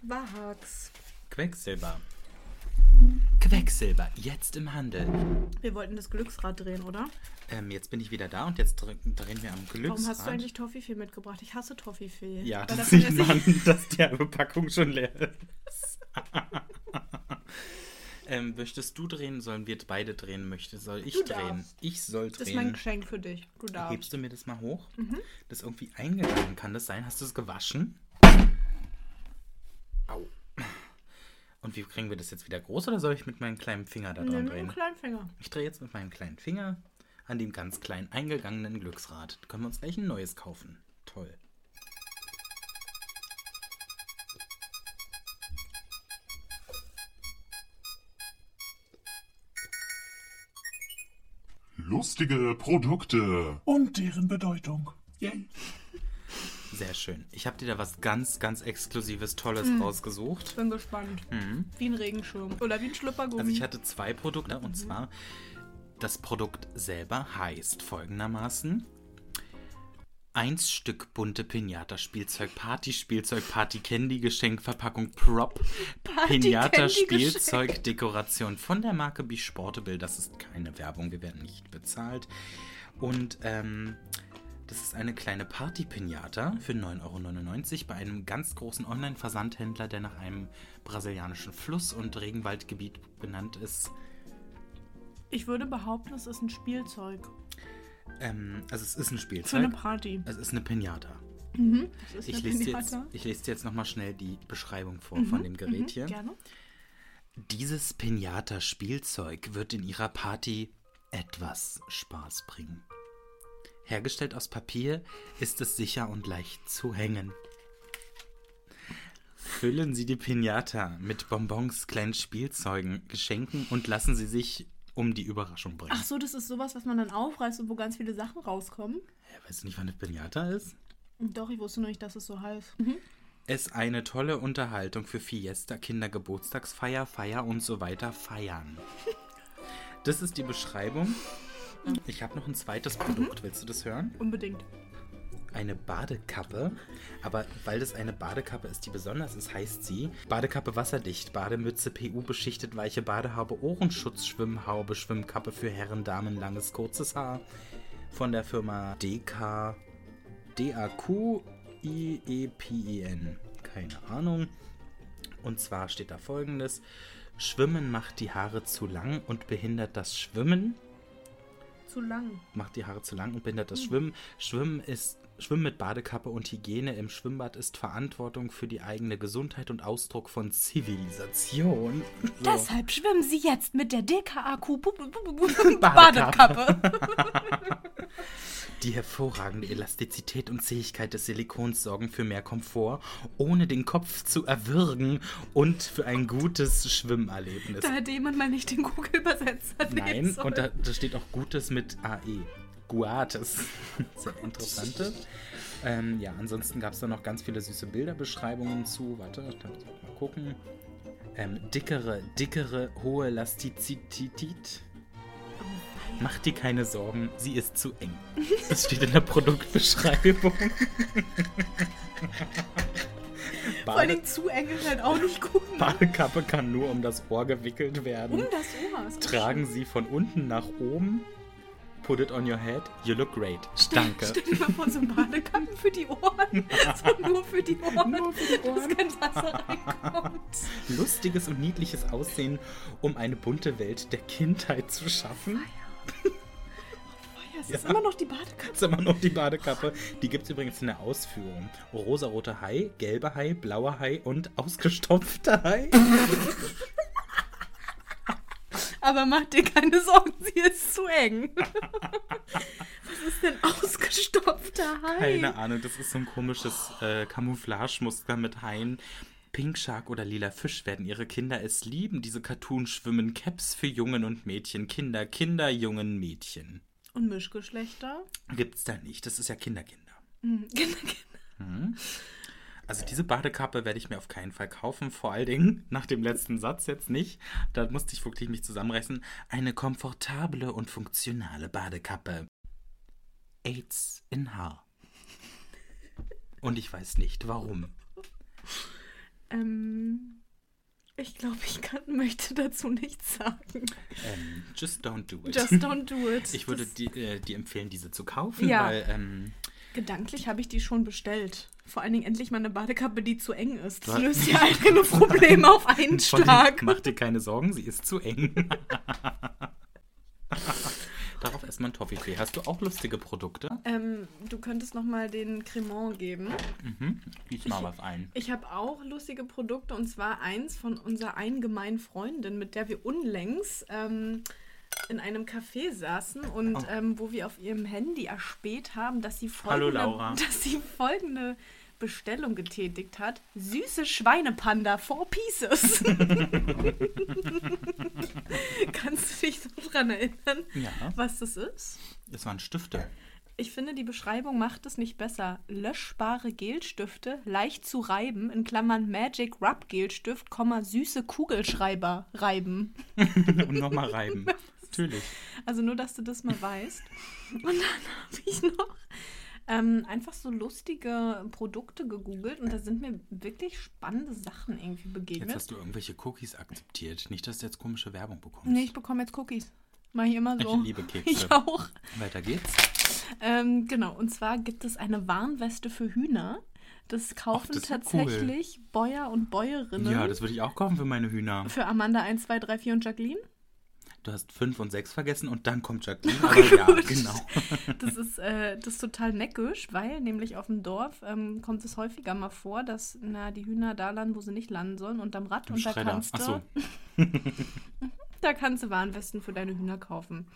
Speaker 2: Wahaks. Mhm.
Speaker 1: Quecksilber. Quecksilber, jetzt im Handel.
Speaker 2: Wir wollten das Glücksrad drehen, oder?
Speaker 1: Ähm, jetzt bin ich wieder da und jetzt dr- drehen wir am Glücksrad.
Speaker 2: Warum hast du eigentlich Toffifee mitgebracht? Ich hasse Toffifee.
Speaker 1: Ja,
Speaker 2: Weil *laughs*
Speaker 1: das
Speaker 2: sind
Speaker 1: sieht
Speaker 2: ja
Speaker 1: man, dass die halbe Packung schon leer ist. *laughs* ähm, möchtest du drehen? Sollen wir beide drehen? Möchte, soll ich
Speaker 2: Du
Speaker 1: drehen?
Speaker 2: darfst.
Speaker 1: Ich soll
Speaker 2: Das ist mein
Speaker 1: drehen.
Speaker 2: Geschenk für dich. Du darfst.
Speaker 1: Hebst du mir das mal hoch? Das ist irgendwie eingegangen. Kann das sein? Hast du es gewaschen? Au. Und wie kriegen wir das jetzt wieder groß oder soll ich mit meinem kleinen Finger da dran
Speaker 2: Nimm einen
Speaker 1: drehen?
Speaker 2: kleinen Finger.
Speaker 1: Ich drehe jetzt mit meinem kleinen Finger an dem ganz kleinen eingegangenen Glücksrad. Da können wir uns gleich ein neues kaufen. Toll.
Speaker 7: Lustige Produkte.
Speaker 8: Und deren Bedeutung. Yay.
Speaker 1: Sehr schön. Ich habe dir da was ganz, ganz Exklusives, Tolles rausgesucht.
Speaker 2: Bin gespannt.
Speaker 1: Mhm.
Speaker 2: Wie ein Regenschirm. Oder wie ein Schlüppergummi.
Speaker 1: Also ich hatte zwei Produkte und zwar das Produkt selber heißt folgendermaßen eins Stück bunte Pinata Spielzeug Party Spielzeug Party Candy Geschenk Verpackung Prop Pinata Spielzeug Dekoration von der Marke Bisportable. Das ist keine Werbung, wir werden nicht bezahlt. Und ähm, das ist eine kleine Party-Pinata für 9,99 Euro bei einem ganz großen Online-Versandhändler, der nach einem brasilianischen Fluss und Regenwaldgebiet benannt ist. Also-
Speaker 2: ich würde behaupten, es ist ein Spielzeug.
Speaker 1: Ähm, also es ist ein
Speaker 2: Für eine
Speaker 1: Spielzeug.
Speaker 2: Party.
Speaker 1: Es ist eine Pinata.
Speaker 2: Das ist
Speaker 1: Ich
Speaker 2: eine
Speaker 1: lese, dir jetzt,
Speaker 2: Pinata.
Speaker 1: ich lese dir jetzt nochmal schnell die Beschreibung vor von dem Gerät hier.
Speaker 2: mhm, Gerne.
Speaker 1: Dieses Pinata-Spielzeug wird in ihrer Party etwas Spaß bringen. Hergestellt aus Papier ist es sicher und leicht zu hängen. Füllen Sie die Pinata mit Bonbons, kleinen Spielzeugen, Geschenken und lassen Sie sich um die Überraschung bringen.
Speaker 2: Ach so, das ist sowas, was man dann aufreißt und wo ganz viele Sachen rauskommen.
Speaker 1: Ja, weißt du nicht, wann eine Pinata ist?
Speaker 2: Doch, ich wusste noch nicht, dass es so heißt.
Speaker 1: Es eine tolle Unterhaltung für Fiesta, Kindergeburtstagsfeier, Feier und so weiter feiern. Das ist die Beschreibung. Ich habe noch ein zweites Produkt. Willst du das hören?
Speaker 2: Mhm. Unbedingt.
Speaker 1: Eine Badekappe. Aber weil das eine Badekappe ist, die besonders ist, heißt sie Badekappe wasserdicht, Bademütze, PU beschichtet, weiche Badehaube, Ohrenschutz, Schwimmhaube, Schwimmkappe für Herren, Damen, langes, kurzes Haar. Von der Firma DK E D-A-Q-I-E-P-I-N. Keine Ahnung. Und zwar steht da folgendes: Schwimmen macht die Haare zu lang und behindert das Schwimmen.
Speaker 2: Zu lang.
Speaker 1: Macht die Haare zu lang und behindert das Schwimmen. Schwimmen ist. Schwimmen mit Badekappe und Hygiene im Schwimmbad ist Verantwortung für die eigene Gesundheit und Ausdruck von Zivilisation. So.
Speaker 2: Deshalb schwimmen sie jetzt mit der DKAQ
Speaker 1: Badekappe.
Speaker 2: Badekappe.
Speaker 1: Die hervorragende Elastizität und Zähigkeit des Silikons sorgen für mehr Komfort, ohne den Kopf zu erwürgen und für ein gutes Schwimmerlebnis.
Speaker 2: Da hätte jemand mal nicht den Google-Übersetzer
Speaker 9: *laughs*
Speaker 2: nehmen
Speaker 1: Nein,
Speaker 2: sollen.
Speaker 1: und da, da steht auch Gutes mit AE. Guates. *laughs* Sehr interessante. Ähm, ja, ansonsten gab es da noch ganz viele süße Bilderbeschreibungen zu. Warte, ich kann mal gucken. Ähm, dickere, dickere, hohe Elastizität. Mach dir keine Sorgen, sie ist zu eng. Das steht in der Produktbeschreibung.
Speaker 2: Vor allen
Speaker 1: Bade,
Speaker 2: Dingen zu eng ist halt auch nicht gut. Ne?
Speaker 1: Badekappe kann nur um das Ohr gewickelt werden.
Speaker 2: Um das Ohr. ist auch
Speaker 1: Tragen Sie von unten nach oben. Put it on your head. You look great. Danke.
Speaker 2: Stell dir mal vor, so ein Badekappen für die Ohren. So nur für die Ohren. Nur für die Ohren. Dass kein Wasser reinkommt.
Speaker 1: Lustiges und niedliches Aussehen, um eine bunte Welt der Kindheit zu schaffen.
Speaker 2: Ja, es ist immer noch die Badekappe.
Speaker 1: Jetzt immer noch die Badekappe. Die gibt es übrigens in der Ausführung. Rosaroter Hai, gelber Hai, blauer Hai und ausgestopfter Hai.
Speaker 2: Aber mach dir keine Sorgen, sie ist zu eng. Was ist denn ausgestopfter Hai?
Speaker 1: Keine Ahnung, das ist so ein komisches äh, Camouflage-Muster mit Haien. Pink Shark oder lila Fisch werden ihre Kinder es lieben. Diese Cartoons schwimmen Caps für Jungen und Mädchen. Kinder, Kinder, Jungen, Mädchen.
Speaker 2: Und Mischgeschlechter?
Speaker 1: Gibt's da nicht. Das ist ja Kinderkinder.
Speaker 2: Hm, *laughs* genau, genau.
Speaker 1: Also diese Badekappe werde ich mir auf keinen Fall kaufen. Vor allen Dingen nach dem letzten Satz jetzt nicht. Da musste ich wirklich mich zusammenreißen. Eine komfortable und funktionale Badekappe. AIDS in Haar. Und ich weiß nicht warum.
Speaker 2: Ähm,
Speaker 9: Ich glaube, ich kann, *laughs* möchte dazu nichts sagen.
Speaker 1: Ähm, just don't do it. *laughs*
Speaker 9: Just don't do it.
Speaker 1: ich würde
Speaker 9: Das-
Speaker 1: die, äh, dir empfehlen, diese zu kaufen,
Speaker 9: Ja.
Speaker 1: weil ähm,
Speaker 9: Gedanklich habe ich die schon bestellt. Vor allen Dingen endlich mal eine Badekappe, die zu eng ist. Das
Speaker 1: Was? *laughs*
Speaker 9: löst ja all deine Probleme auf einen
Speaker 1: von- *laughs*
Speaker 9: Schlag.
Speaker 1: mach dir keine Sorgen, sie ist zu eng. *laughs* Darauf erstmal ein Toffifee. Hast du auch lustige Produkte?
Speaker 9: Ähm, du könntest noch mal den Cremant geben.
Speaker 1: Mhm. Ich mal was ein.
Speaker 9: Ich habe auch lustige Produkte und zwar eins von unserer einen gemeinen Freundin, mit der wir unlängst ähm, in einem Café saßen und
Speaker 1: Oh.
Speaker 9: ähm, wo wir auf ihrem Handy erspäht haben, dass sie
Speaker 1: Hallo,
Speaker 9: folgende,
Speaker 1: Laura.
Speaker 9: *laughs* Dass sie folgende Bestellung getätigt hat. Süße Schweinepanda, four
Speaker 1: *laughs*
Speaker 9: pieces. *laughs* Kannst du dich noch dran erinnern,
Speaker 1: Ja,
Speaker 9: was das ist?
Speaker 1: es waren Stifte. *laughs*
Speaker 9: Ich finde, die Beschreibung macht es nicht besser. Löschbare Gelstifte, leicht zu reiben, in Klammern Magic Rub Gelstift, Komma, süße Kugelschreiber reiben.
Speaker 1: Und nochmal
Speaker 9: *laughs*
Speaker 1: reiben. Natürlich.
Speaker 9: Also nur, dass du das mal weißt. Und dann habe ich noch ähm, einfach so lustige Produkte gegoogelt und da sind mir wirklich spannende Sachen irgendwie
Speaker 1: Jetzt
Speaker 9: begegnet.
Speaker 1: hast du irgendwelche Cookies akzeptiert. Nicht, dass du jetzt komische Werbung bekommst.
Speaker 9: Nee, ich bekomme jetzt Cookies. Mach ich immer so.
Speaker 1: Ich liebe Kekse.
Speaker 9: *laughs* Ich auch.
Speaker 1: Weiter geht's.
Speaker 9: Ähm, genau, und zwar gibt es eine Warnweste für Hühner. Das kaufen
Speaker 1: Ach, das ist ja
Speaker 9: tatsächlich Bäuer und Bäuerinnen.
Speaker 1: Ja, das würde ich auch kaufen für meine Hühner.
Speaker 9: für Amanda 1, 2, 3, 4 und Jacqueline.
Speaker 1: Du hast fünf und sechs vergessen und dann kommt
Speaker 9: *laughs* Oh
Speaker 1: Jacqueline. Aber ja,
Speaker 9: Gut.
Speaker 1: genau.
Speaker 9: Das ist, äh, das ist total neckisch, weil nämlich auf dem Dorf ähm, kommt es häufiger mal vor, dass na, die Hühner da landen, wo sie nicht landen sollen, unterm Rad.
Speaker 1: Im
Speaker 9: und da
Speaker 1: Schredder.
Speaker 9: kannst,
Speaker 1: Achso,
Speaker 9: du, da kannst du Warnwesten für deine Hühner kaufen.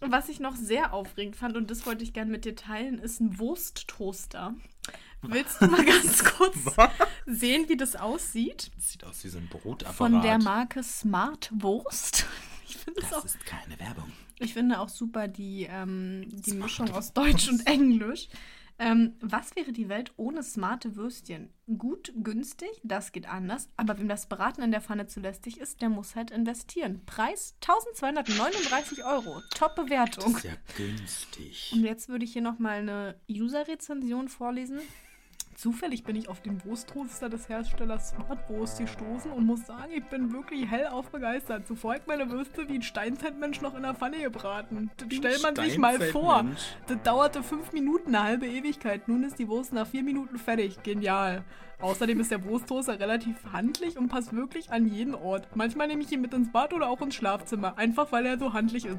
Speaker 9: Was ich noch sehr aufregend fand, und das wollte ich gerne mit dir teilen, ist ein Wursttoaster. Willst du mal ganz kurz sehen, wie das aussieht?
Speaker 1: das sieht aus wie so ein Brotapparat.
Speaker 9: Von der Marke Smart Wurst. Ich finde es auch
Speaker 1: Das ist keine Werbung.
Speaker 9: ich finde auch super die, ähm, die Mischung aus Deutsch und Englisch. Ähm, was wäre die Welt ohne smarte Würstchen? Gut, günstig, das geht anders. Aber wem das Braten in der Pfanne zu lästig ist, der muss halt investieren. Preis 1239 Euro. Top
Speaker 1: Das
Speaker 9: Bewertung.
Speaker 1: ist ja günstig.
Speaker 9: Und jetzt würde ich hier nochmal eine User-Rezension vorlesen. Zufällig bin ich auf den Wursttoaster des Herstellers Smartwurst gestoßen und muss sagen, ich bin wirklich hellauf begeistert. Zuvor hat meine Würste wie ein Steinzeitmensch noch in der Pfanne gebraten. Das stellt man sich mal vor.
Speaker 1: Steinzeitmensch.
Speaker 9: Das dauerte fünf Minuten, eine halbe Ewigkeit. Nun ist die Wurst nach vier Minuten fertig. Genial. Außerdem ist der Wursttoaster relativ handlich und passt wirklich an jeden Ort. Manchmal nehme ich ihn mit ins Bad oder auch ins Schlafzimmer, einfach weil er so handlich ist.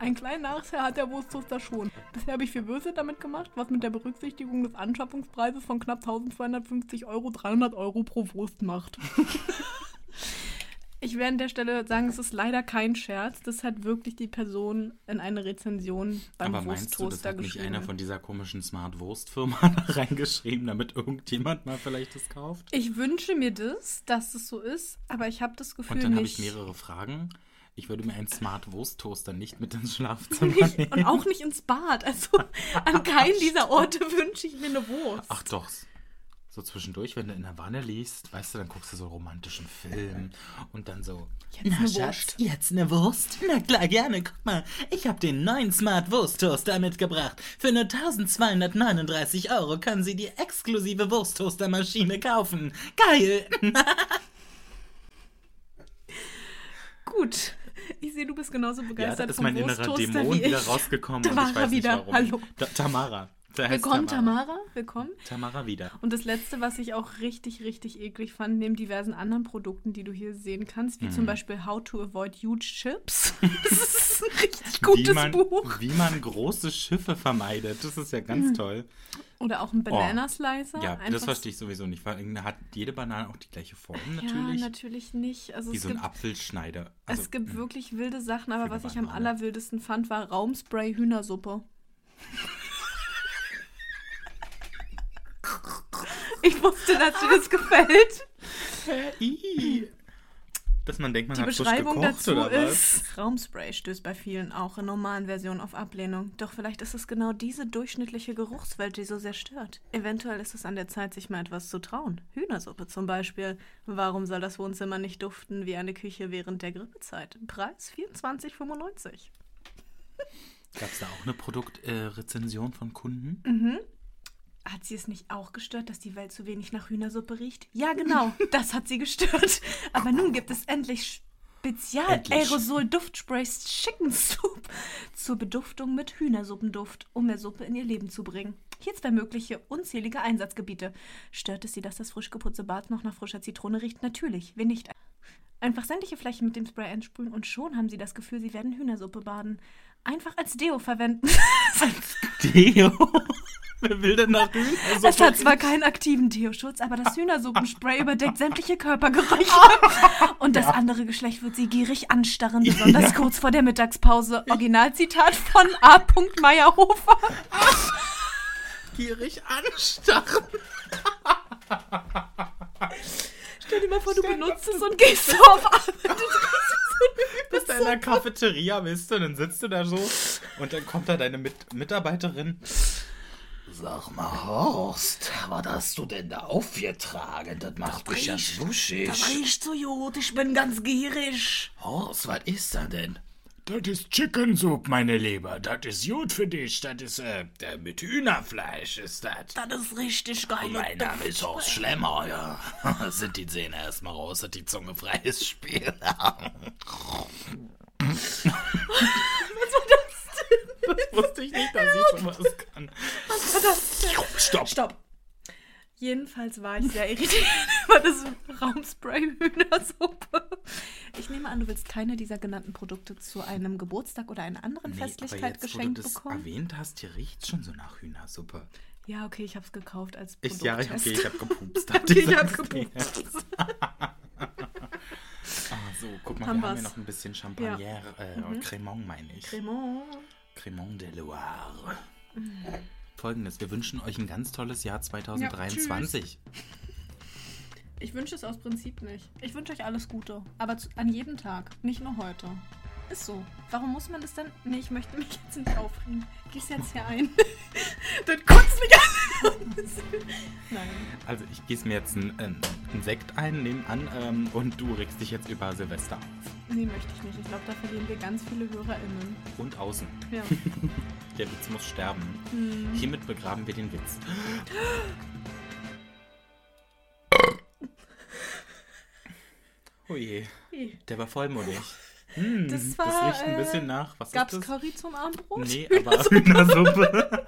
Speaker 9: Einen kleinen Nachteil hat der Wursttoaster schon. Bisher habe ich vier Würste damit gemacht, was mit der Berücksichtigung des Anschaffungspreises von knapp 1250 Euro 300 Euro pro Wurst macht. *laughs* Ich werde an der Stelle sagen, es ist leider kein Scherz. Das hat wirklich die Person in eine Rezension beim
Speaker 1: Aber meinst du, das
Speaker 9: Wursttoaster
Speaker 1: hat nicht
Speaker 9: geschrieben.
Speaker 1: einer von dieser komischen Smart-Wurst-Firma *laughs* da reingeschrieben, damit irgendjemand mal vielleicht das kauft?
Speaker 9: ich wünsche mir das, dass es so ist, aber ich habe das Gefühl
Speaker 1: Und dann habe ich
Speaker 9: nicht.
Speaker 1: mehrere Fragen. Ich würde mir einen Smart-Wurst-Toaster nicht mit
Speaker 9: *laughs*
Speaker 1: ins Schlafzimmer
Speaker 9: nicht *laughs* und auch nicht ins Bad. Also
Speaker 1: *laughs*
Speaker 9: an keinen dieser Orte wünsche ich mir eine Wurst.
Speaker 1: Ach doch. So zwischendurch, wenn du in der Wanne liest, weißt du, dann guckst du so einen romantischen Film und dann so. Jetzt
Speaker 9: eine Wurst."
Speaker 1: jetzt eine Wurst? Na klar, gerne, guck mal. Ich habe den neuen Smart Wurst Toaster mitgebracht. Für nur 1239 Euro können Sie die exklusive Wursttoastermaschine kaufen. Geil!
Speaker 9: Gut. Ich sehe, du bist genauso
Speaker 1: Ja, da
Speaker 9: begeistert
Speaker 1: ist
Speaker 9: vom
Speaker 1: mein innerer
Speaker 9: Wursttoaster
Speaker 1: Dämon
Speaker 9: wie
Speaker 1: wieder
Speaker 9: ich.
Speaker 1: rausgekommen und
Speaker 9: Tamara
Speaker 1: ich weiß
Speaker 9: wieder.
Speaker 1: nicht warum.
Speaker 9: Hallo.
Speaker 1: Da, Tamara. Da heißt
Speaker 9: Willkommen, Tamara. Willkommen.
Speaker 1: Tamara wieder.
Speaker 9: Und das letzte, was ich auch richtig, richtig eklig fand, neben diversen anderen Produkten, die du hier sehen kannst, wie
Speaker 1: Mhm.
Speaker 9: zum Beispiel How to Avoid Huge
Speaker 1: *laughs*
Speaker 9: Chips. Das ist ein richtig
Speaker 1: wie
Speaker 9: gutes
Speaker 1: man,
Speaker 9: Buch. Hm.
Speaker 1: Wie man große Schiffe vermeidet. Das ist ja ganz toll.
Speaker 9: Oder auch ein Banana Slicer.
Speaker 1: Oh. Ja, das
Speaker 9: Einfach-
Speaker 1: verstehe ich sowieso nicht. Weil hat jede Banane auch die gleiche Form natürlich.
Speaker 9: Ja, natürlich nicht. Also
Speaker 1: Wie
Speaker 9: es
Speaker 1: so ein
Speaker 9: gibt
Speaker 1: Apfelschneider.
Speaker 9: es gibt wirklich wilde Sachen,
Speaker 1: Also hm. für
Speaker 9: aber
Speaker 1: eine
Speaker 9: was ich am
Speaker 1: Banane.
Speaker 9: allerwildesten fand, war Raumspray Hühnersuppe. Ich wusste, dass dir das gefällt.
Speaker 1: äh, Ii. *laughs* Dass man denkt, man
Speaker 9: Die
Speaker 1: hat frisch
Speaker 9: Beschreibung
Speaker 1: gekocht
Speaker 9: dazu
Speaker 1: oder was.
Speaker 9: ist, Raumspray stößt bei vielen auch in normalen Versionen auf Ablehnung. Doch vielleicht ist es genau diese durchschnittliche Geruchswelt, die so sehr stört. Eventuell ist es an der Zeit, sich mal etwas zu trauen. Hühnersuppe zum Beispiel. Warum soll das Wohnzimmer nicht duften wie eine Küche während der Grippezeit? Preis 24,95. *laughs*
Speaker 1: *laughs* Gab es da auch eine Produktrezension äh, Rezension von Kunden?
Speaker 9: Hat sie es nicht auch gestört, dass die Welt zu wenig nach Hühnersuppe riecht? Ja, genau, das hat sie gestört. Aber nun gibt es endlich
Speaker 1: Endlich.
Speaker 9: Spezial-Aerosol-Duftsprays Chicken Soup zur Beduftung mit Hühnersuppenduft, um mehr Suppe in ihr Leben zu bringen. Hier zwei mögliche unzählige Einsatzgebiete. Stört es sie, dass das frisch geputzte Bad noch nach frischer Zitrone riecht? Natürlich, wenn nicht. Einfach sämtliche Flächen mit dem Spray ansprühen und schon haben sie das Gefühl, sie werden Hühnersuppe baden. Einfach als Deo verwenden. *laughs*
Speaker 1: Theo. Wer will denn nach Hühnersuppe?
Speaker 9: es hat zwar keinen aktiven Deoschutz, aber das Hühnersuppenspray überdeckt sämtliche Körpergerüche. Und das andere Geschlecht wird sie gierig anstarren, besonders
Speaker 1: Ja.
Speaker 9: kurz vor der Mittagspause. Originalzitat von A. Meyerhofer.
Speaker 1: *laughs* gierig anstarren.
Speaker 9: Stell dir mal vor, du benutzt es und gehst so auf Arbeit.
Speaker 1: bist da in der Cafeteria bist und dann sitzt du da so und dann kommt da deine Mit Mitarbeiterin.
Speaker 10: Sag mal, Horst, was hast du denn da aufgetragen? Das macht mich ja wuschig.
Speaker 9: Riecht so gut, ich bin ganz gierig.
Speaker 10: Horst, was ist da denn? Das ist Chicken Soup, meine Lieber. Das ist gut für dich. Das ist äh, äh, mit Hühnerfleisch ist das.
Speaker 9: Das ist richtig geil.
Speaker 10: Mein Name ist Horst Schlemmer, ja. *laughs* Sind die Zähne erstmal raus, hat die Zunge freies Spiel.
Speaker 1: Das wusste ich nicht, dass ich sowas kann.
Speaker 10: Stopp.
Speaker 9: Stopp. Jedenfalls war ich sehr irritiert *laughs* über das Raumspray-Hühnersuppe. Ich nehme an, du willst keine dieser genannten Produkte zu einem Geburtstag oder einer anderen Festlichkeit geschenkt
Speaker 1: wo du das
Speaker 9: bekommen.
Speaker 1: erwähnt hast, hier riecht schon so nach Hühnersuppe.
Speaker 9: Ja, okay, ich habe es gekauft als
Speaker 1: Ich,
Speaker 9: Produkt.
Speaker 1: ja, ich- okay, ich habe
Speaker 9: *laughs*
Speaker 1: gepupst. Hat
Speaker 9: Okay, ich
Speaker 1: dieser
Speaker 9: hab
Speaker 1: Mist
Speaker 9: gepupst.
Speaker 1: gehört. ah, so, guck mal,
Speaker 9: Haben
Speaker 1: wir haben
Speaker 9: wir's. Mhm.
Speaker 1: ja noch ein bisschen Champagner, äh, Cremant meine ich. Cremant de Loire.
Speaker 9: Mhm.
Speaker 1: Folgendes, wir wünschen euch ein ganz tolles Jahr 2023.
Speaker 9: Ich wünsche es aus Prinzip nicht. Ich wünsche euch alles Gute. Aber zu, an jedem Tag, nicht nur heute. Ist so. Warum muss man das denn? Nee, ich möchte mich jetzt nicht aufregen. Geh's jetzt hier ein. *laughs* Dann kotzt mich an. Nein.
Speaker 1: also ich gieße mir jetzt einen, ähm, einen Sekt ein, nebenan, ähm, und du regst dich jetzt über Silvester auf.
Speaker 9: Nee, möchte ich nicht. Ich glaube, da verlieren wir ganz viele HörerInnen.
Speaker 1: Und außen.
Speaker 9: *laughs* Ja.
Speaker 1: Der Witz muss sterben.
Speaker 9: Mhm.
Speaker 1: Hiermit begraben wir den
Speaker 9: *gasps*
Speaker 1: Witz. Oh je,
Speaker 9: Hey.
Speaker 1: der war vollmundig. Hm,
Speaker 9: Das
Speaker 1: das,
Speaker 9: war,
Speaker 1: riecht ein
Speaker 9: äh,
Speaker 1: bisschen nach. Was
Speaker 9: Gab's
Speaker 1: ist das?
Speaker 9: *laughs* Curry zum Abendbrot?
Speaker 1: Nee, aber Hühnersuppe.